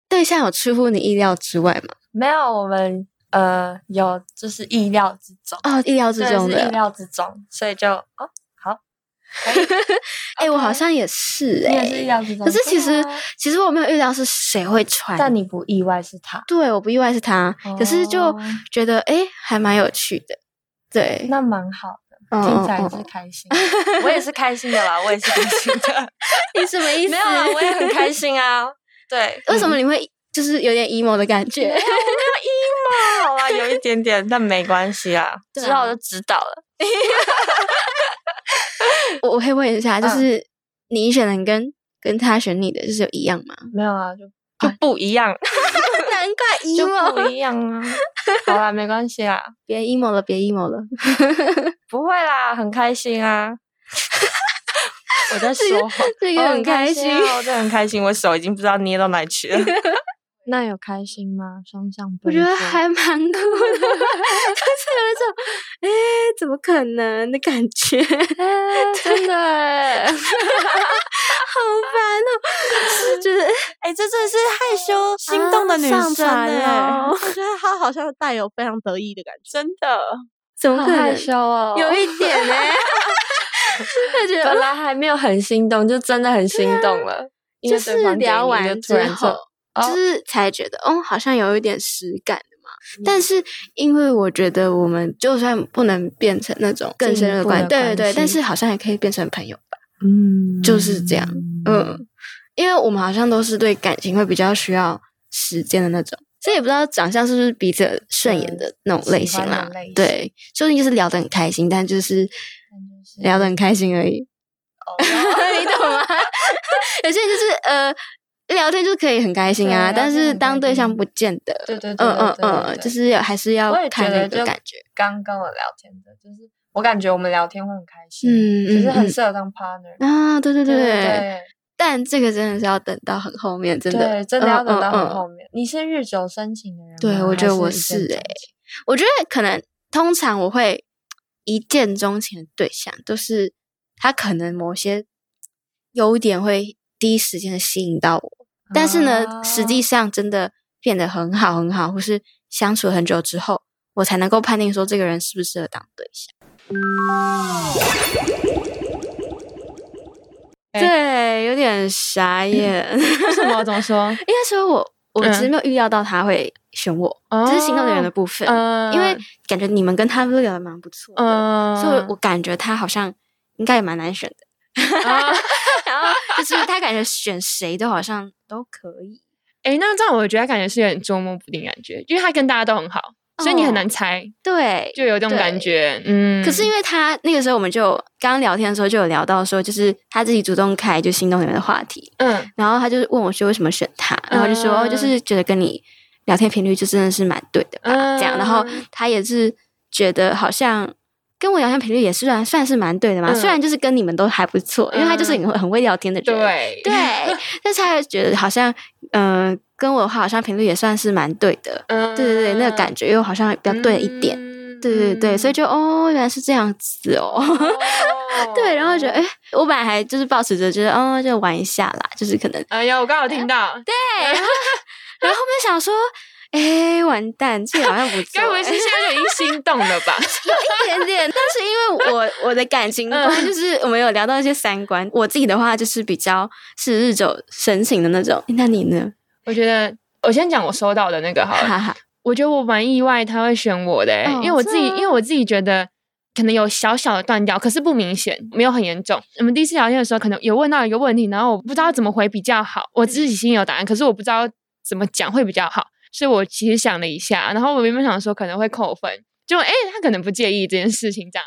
[SPEAKER 8] 对象有出乎你意料之外吗？
[SPEAKER 7] 没有，我们呃有就是意料之中
[SPEAKER 8] 哦意料之中的
[SPEAKER 7] 对是意料之中，所以就哦好，
[SPEAKER 8] 哎、我好像也是
[SPEAKER 7] 你
[SPEAKER 8] 哎、
[SPEAKER 7] 也是意料之中
[SPEAKER 8] 可是其实、
[SPEAKER 7] 对啊
[SPEAKER 8] 其实我没有预料是谁会穿，
[SPEAKER 7] 但你不意外是他，
[SPEAKER 8] 对，我不意外是他，可是就
[SPEAKER 7] 哦
[SPEAKER 8] 觉得哎、还蛮有趣的。对，
[SPEAKER 7] 那蛮好
[SPEAKER 8] 嗯
[SPEAKER 7] 的，啊听起来
[SPEAKER 8] 嗯
[SPEAKER 7] 也
[SPEAKER 8] 嗯
[SPEAKER 7] 是开心的。我也是开心的啦，我也是开心 [laughs] 的。
[SPEAKER 8] 你什么意思？
[SPEAKER 7] 没有啊，我也很开心啊。 [laughs]
[SPEAKER 3] [laughs]
[SPEAKER 7] 对，
[SPEAKER 8] 为什么
[SPEAKER 7] 嗯
[SPEAKER 8] 你会就是有点 emo 的感觉？
[SPEAKER 7] 没有 emo 好啦，有一点点，但没关系啦，
[SPEAKER 8] 对啊
[SPEAKER 7] 知道就知道了。
[SPEAKER 8] [laughs] 我我可以问一下，就
[SPEAKER 7] 嗯
[SPEAKER 8] 是你选的跟跟他选你的，就是有一样吗？
[SPEAKER 7] 没有啊，就就不一样。
[SPEAKER 8] [laughs] 难怪
[SPEAKER 7] 就
[SPEAKER 8] emo
[SPEAKER 7] 不一样
[SPEAKER 8] [laughs]
[SPEAKER 7] 啊。好啦，没关系啦，
[SPEAKER 8] 别 emo 了，别 emo 了， [laughs]
[SPEAKER 7] 不会啦，很开心啊。我在说谎，
[SPEAKER 8] 这个
[SPEAKER 7] 我
[SPEAKER 8] 很开
[SPEAKER 7] 心啊，我真的很开心，我手已经不知道捏到哪里
[SPEAKER 8] [laughs]
[SPEAKER 7] 去了。那有开心吗？双向奔
[SPEAKER 8] 我觉得
[SPEAKER 7] 赴
[SPEAKER 8] 还蛮酷的， [laughs] 就是有那种，哎、怎么可能的感觉，
[SPEAKER 7] [laughs] 啊真的欸，
[SPEAKER 8] [laughs]
[SPEAKER 7] 好
[SPEAKER 8] 烦哦，是觉得，
[SPEAKER 2] 哎、这真的是害
[SPEAKER 3] 啊
[SPEAKER 2] 羞心动的女
[SPEAKER 8] 上
[SPEAKER 2] 生
[SPEAKER 8] 传
[SPEAKER 2] 哎、
[SPEAKER 8] 了
[SPEAKER 2] [laughs] 我觉得她好像带有非常得意的感觉，真的。
[SPEAKER 8] 怎么
[SPEAKER 7] 好
[SPEAKER 8] 可能
[SPEAKER 7] 害羞哦，
[SPEAKER 8] 有一点呢、
[SPEAKER 3] [laughs]
[SPEAKER 8] 就觉得
[SPEAKER 7] 本来还没有很心动，就真的很心动
[SPEAKER 8] [laughs]
[SPEAKER 7] 了。因
[SPEAKER 8] 就
[SPEAKER 7] 为
[SPEAKER 8] 是
[SPEAKER 7] 对方给
[SPEAKER 8] 聊
[SPEAKER 7] 你
[SPEAKER 8] 完
[SPEAKER 7] 就突
[SPEAKER 8] 之
[SPEAKER 7] 然
[SPEAKER 8] 后
[SPEAKER 7] 就，
[SPEAKER 8] 就是才觉得，哦，好像有一点实感的嘛。
[SPEAKER 7] 嗯
[SPEAKER 8] 但是因为我觉得我们就算不能变成那种更深入的
[SPEAKER 7] 进一
[SPEAKER 8] 关
[SPEAKER 7] 步的
[SPEAKER 8] 对对
[SPEAKER 7] 关
[SPEAKER 8] 对，
[SPEAKER 7] 系
[SPEAKER 8] 但是好像也可以变成朋友吧。嗯，就是这样。嗯，因为我们好像都是对感情会比较需要时间的那种。所以也不知道长相是不是彼此顺眼的那种类型
[SPEAKER 7] 喜欢
[SPEAKER 8] 啦
[SPEAKER 7] 的类型，
[SPEAKER 8] 对，说不定就是聊得很开心，但就是聊得很开心而已。 [laughs] 你懂吗？ [laughs] 有些人就是呃，聊天就是可以很开心啊，但是当对象不见得，对对
[SPEAKER 7] 对
[SPEAKER 8] 嗯嗯
[SPEAKER 7] 对对
[SPEAKER 8] 嗯，
[SPEAKER 7] 对
[SPEAKER 8] 就是要还是要
[SPEAKER 7] 我也觉
[SPEAKER 8] 看那
[SPEAKER 7] 得
[SPEAKER 8] 个
[SPEAKER 7] 就
[SPEAKER 8] 感觉。
[SPEAKER 7] 刚跟我聊天的，就是我感觉我们聊天会很开心，
[SPEAKER 8] 嗯
[SPEAKER 7] 只是
[SPEAKER 8] 嗯
[SPEAKER 7] 很
[SPEAKER 8] 嗯
[SPEAKER 7] 适合当 partner。
[SPEAKER 8] 啊，对对
[SPEAKER 7] 对对
[SPEAKER 8] 对
[SPEAKER 7] 对，
[SPEAKER 8] 但这个真的是要等到很后面，真的，
[SPEAKER 7] 对，真的要等到
[SPEAKER 8] 嗯嗯
[SPEAKER 7] 很
[SPEAKER 8] 嗯
[SPEAKER 7] 后面。你是日久生情的人吗，
[SPEAKER 8] 对，我觉得
[SPEAKER 7] 还
[SPEAKER 8] 我
[SPEAKER 7] 一见
[SPEAKER 8] 是欸
[SPEAKER 7] 钟
[SPEAKER 8] 诶、我觉得可能通常我会一见钟情的对象都是他可能某些优点会第一时间的吸引到
[SPEAKER 7] 哦
[SPEAKER 8] 我，但是呢，实际上真的变得很好很好，或是相处很久之后，我才能够判定说这个人适不适合当对象。对，有点傻眼。 [laughs] 为
[SPEAKER 7] 哎嗯什么？怎么说？应
[SPEAKER 8] 该说我我
[SPEAKER 7] 嗯
[SPEAKER 8] 其实没有预料到他会选我，
[SPEAKER 7] 哦
[SPEAKER 8] 这是行动人的部分，
[SPEAKER 7] 嗯
[SPEAKER 8] 因为感觉你们跟他都聊得蛮不错的，
[SPEAKER 7] 嗯
[SPEAKER 8] 所以我感觉他好像应该也蛮难选的。
[SPEAKER 9] 哦
[SPEAKER 8] [laughs] 然后就是他感觉呃选谁都
[SPEAKER 9] [laughs]
[SPEAKER 8] 好像都可以，
[SPEAKER 9] 哎，那这样我觉得他感觉是有点捉摸不定的感觉，因为他跟大家都很好，所以你很难猜，
[SPEAKER 8] 哦对，
[SPEAKER 9] 就有这种感觉。嗯，
[SPEAKER 8] 可
[SPEAKER 9] [laughs]
[SPEAKER 8] 是因为他那个时候，我们就刚刚聊天的时候就有聊到说，就是他自己主动开就心动你们的话题，
[SPEAKER 9] 嗯，
[SPEAKER 8] 然后他就是问我说为什么选他，然后我就说、哦
[SPEAKER 7] 嗯
[SPEAKER 8] 就是觉得跟你聊天频率就真的是蛮对的吧，这样，然后
[SPEAKER 9] 嗯
[SPEAKER 8] 他也是觉得好像。跟我聊天频率也是算算是蛮对的嘛，
[SPEAKER 7] 嗯
[SPEAKER 8] 虽然就是跟你们都还不错，因为他就是
[SPEAKER 9] 嗯
[SPEAKER 8] 很会很会聊天的人，
[SPEAKER 7] 对
[SPEAKER 9] [laughs]
[SPEAKER 8] 对，但是他也觉得好像，嗯、跟我的话好像频率也算是蛮对的，
[SPEAKER 7] 嗯
[SPEAKER 8] 对对对，那个感觉又好像比较对一点，
[SPEAKER 9] 嗯
[SPEAKER 8] 对对对，所以就哦，原来是这样子哦。
[SPEAKER 9] 哦
[SPEAKER 8] [laughs] 对，然后觉得哎、诶我本来还就是抱持着觉得哦，就玩一下啦，就是可能，
[SPEAKER 9] 哎呀，我刚好听
[SPEAKER 8] [laughs]
[SPEAKER 9] 到，对， [laughs]
[SPEAKER 8] 然后后面想说，哎、完蛋，这个好像不错、
[SPEAKER 9] [laughs]
[SPEAKER 8] 欸
[SPEAKER 9] 该不会是现在就已经心动了吧？
[SPEAKER 8] [laughs]
[SPEAKER 9] [laughs]
[SPEAKER 8] 有一点点，但是因为我我的感
[SPEAKER 9] 嗯
[SPEAKER 8] 情观就是我们有聊到一些三观，我自己的话就是比较是日久生情的那种。诶那你呢？
[SPEAKER 9] 我觉得我先讲我收到的那个好了，我觉得我蛮意外他会选我的欸、
[SPEAKER 8] 哦
[SPEAKER 9] 因为我自己，
[SPEAKER 8] 真的
[SPEAKER 9] 因为我自己觉得可能有小小的断掉，可是不明显，没有很严重。我们第一次聊天的时候，可能有问到一个问题，然后我不知道怎么回比较好，我自己心里有答案，可是我不知道怎么讲会比较好，所以我其实想了一下，然后我原本想说可能会扣分，就哎、他可能不介意这件事情这样。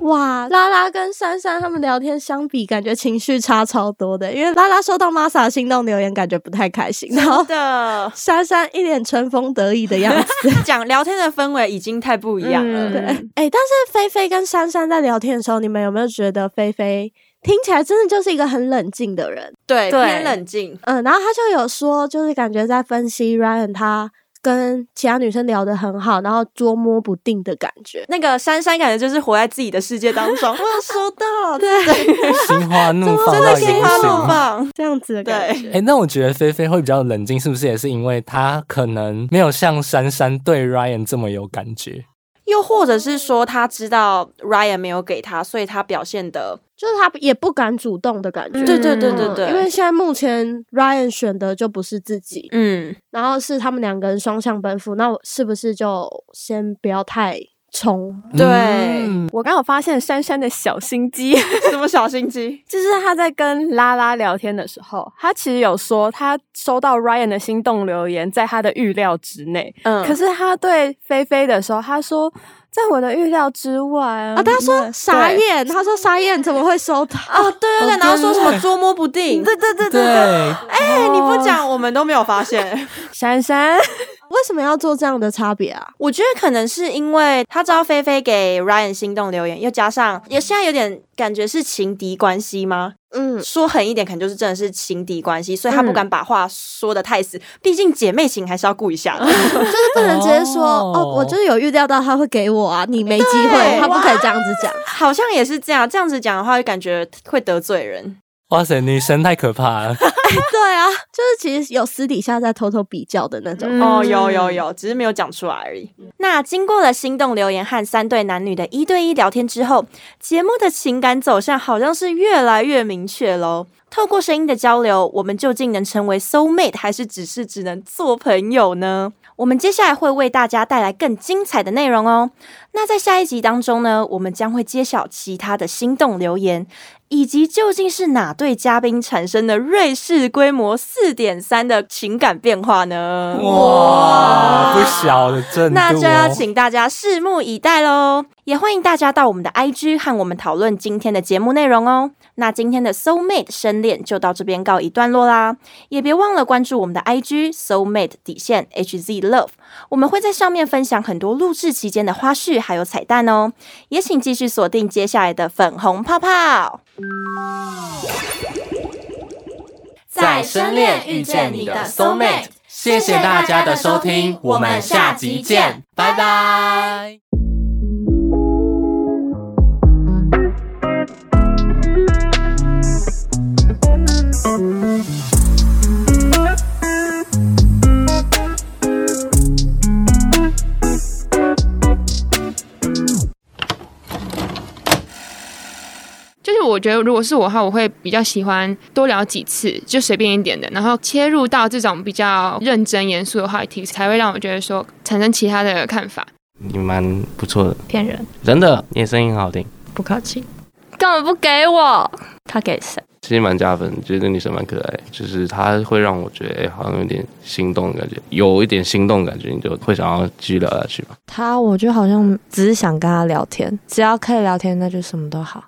[SPEAKER 3] 哇，拉拉跟珊珊他们聊天相比，感觉情绪差超多的。因为拉拉收到 Masa 的心动留言，感觉不太开心，然后
[SPEAKER 2] 的
[SPEAKER 3] 珊珊一脸春风得意的样子。
[SPEAKER 2] [laughs] 讲聊天的氛围已经太不一样嗯了。
[SPEAKER 3] 对，
[SPEAKER 8] 嗯
[SPEAKER 3] 哎、但是菲菲跟珊珊在聊天的时候，你们有没有觉得菲菲听起来真的就是一个很冷静的人？
[SPEAKER 2] 对对偏冷静
[SPEAKER 3] 嗯，然后他就有说，就是感觉在分析 Ryan 他跟其他女生聊得很好，然后捉摸不定的感觉。
[SPEAKER 2] 那个珊珊感觉就是活在自己的世界当
[SPEAKER 3] [laughs]
[SPEAKER 2] 中，我有收到，
[SPEAKER 3] 对， [laughs]
[SPEAKER 13] 心花怒放
[SPEAKER 2] 真
[SPEAKER 13] 到
[SPEAKER 2] 的
[SPEAKER 13] 一个
[SPEAKER 2] 心花怒
[SPEAKER 13] 不行。
[SPEAKER 2] 放，
[SPEAKER 3] 这样子的感觉。
[SPEAKER 13] 哎、那我觉得菲菲会比较冷静，是不是也是因为她可能没有像珊珊对 Ryan 这么有感觉？
[SPEAKER 2] 又或者是说他知道 Ryan 没有给他，所以他表现的
[SPEAKER 3] 就是他也不敢主动的感觉。
[SPEAKER 2] 对对对对对
[SPEAKER 3] 因为现在目前 Ryan 选的就不是自己，
[SPEAKER 2] 嗯，
[SPEAKER 3] 然后是他们两个人双向奔赴，那我是不是就先不要太冲？
[SPEAKER 2] 嗯
[SPEAKER 4] 我刚好发现珊珊的小心机， [laughs]
[SPEAKER 2] 什么小心机？
[SPEAKER 4] 就是她在跟拉拉聊天的时候，她其实有说她收到 Ryan 的心动留言，在她的预料之内。
[SPEAKER 2] 嗯
[SPEAKER 4] 可是她对菲菲的时候，她说在我的预料之外啊
[SPEAKER 3] 啊，他说傻
[SPEAKER 4] 对
[SPEAKER 3] 眼，他说傻眼，怎么会收到？
[SPEAKER 2] 哦，对对对，然后说什么捉摸不定，对
[SPEAKER 3] 对对
[SPEAKER 2] 对对，哎，你不讲
[SPEAKER 3] 哦
[SPEAKER 2] 我们都没有发 [laughs] 现。
[SPEAKER 4] 珊珊，
[SPEAKER 3] [laughs] 为什么要做这样的差别啊？
[SPEAKER 2] 我觉得可能是因为他知道菲菲给 Ryan 心动留言，又加上也现在有点感觉是情敌关系吗？
[SPEAKER 3] 嗯，
[SPEAKER 2] 说狠一点，可能就是真的是情敌关系，所以他不敢
[SPEAKER 3] 嗯
[SPEAKER 2] 把话说的太死，毕竟姐妹情还是要顾一
[SPEAKER 3] 嗯
[SPEAKER 2] [laughs] 下的。
[SPEAKER 3] 就是不能直接说哦我就是有预料到他会给我啊，你没机会，
[SPEAKER 2] 对
[SPEAKER 3] 他不可以这样子讲。
[SPEAKER 2] 好像也是这样，这样子讲的话，就感觉会得罪人。
[SPEAKER 13] 哇塞，女生太可怕
[SPEAKER 2] [laughs]
[SPEAKER 13] 了！
[SPEAKER 3] [laughs] 对啊，就是其实有私底下在偷偷比较的那种。
[SPEAKER 2] 哦，有有有，只是没有讲出来而已。那经过了心动留言和三对男女的一对一聊天之后，节目的情感走向好像是越来越明确喽。透过声音的交流，我们究竟能成为 soul mate，还是只是只能做朋友呢？我们接下来会为大家带来更精彩的内容哦。那在下一集当中呢，我们将会揭晓其他的心动留言，以及究竟是哪对嘉宾产生的瑞士规模四点三的情感变化呢？
[SPEAKER 13] 哇，啊不小的震度、哦。
[SPEAKER 2] 那就要请大家拭目以待喽！也欢迎大家到我们的 IG 和我们讨论今天的节目内容哦。那今天的 Soul Mate 深恋就到这边告一段落啦，也别忘了关注我们的 IG Soul Mate 底线 HZ Love，我们会在上面分享很多录制期间的花絮还有彩蛋哦。也请继续锁定接下来的粉红泡泡。
[SPEAKER 1] 在深恋遇见你的 soul mate。谢谢大家的收听，我们下集见，拜拜。
[SPEAKER 9] 就是我觉得，如果是我的话，我会比较喜欢多聊几次，就随便一点的，然后切入到这种比较认真严肃的话题，才会让我觉得说产生其他的看法。
[SPEAKER 14] 你蛮不错的，
[SPEAKER 15] 骗人，
[SPEAKER 14] 真的，你的声音很好听，
[SPEAKER 15] 不客气，根本不给我，他给谁？
[SPEAKER 14] 其实蛮加分，觉得这女生蛮可爱，就是她会让我觉得，哎、好像有点心动的感觉，有一点心动的感觉，你就会想要继续聊下去嘛。
[SPEAKER 15] 他我就好像只是想跟他聊天，只要可以聊天，那就什么都好。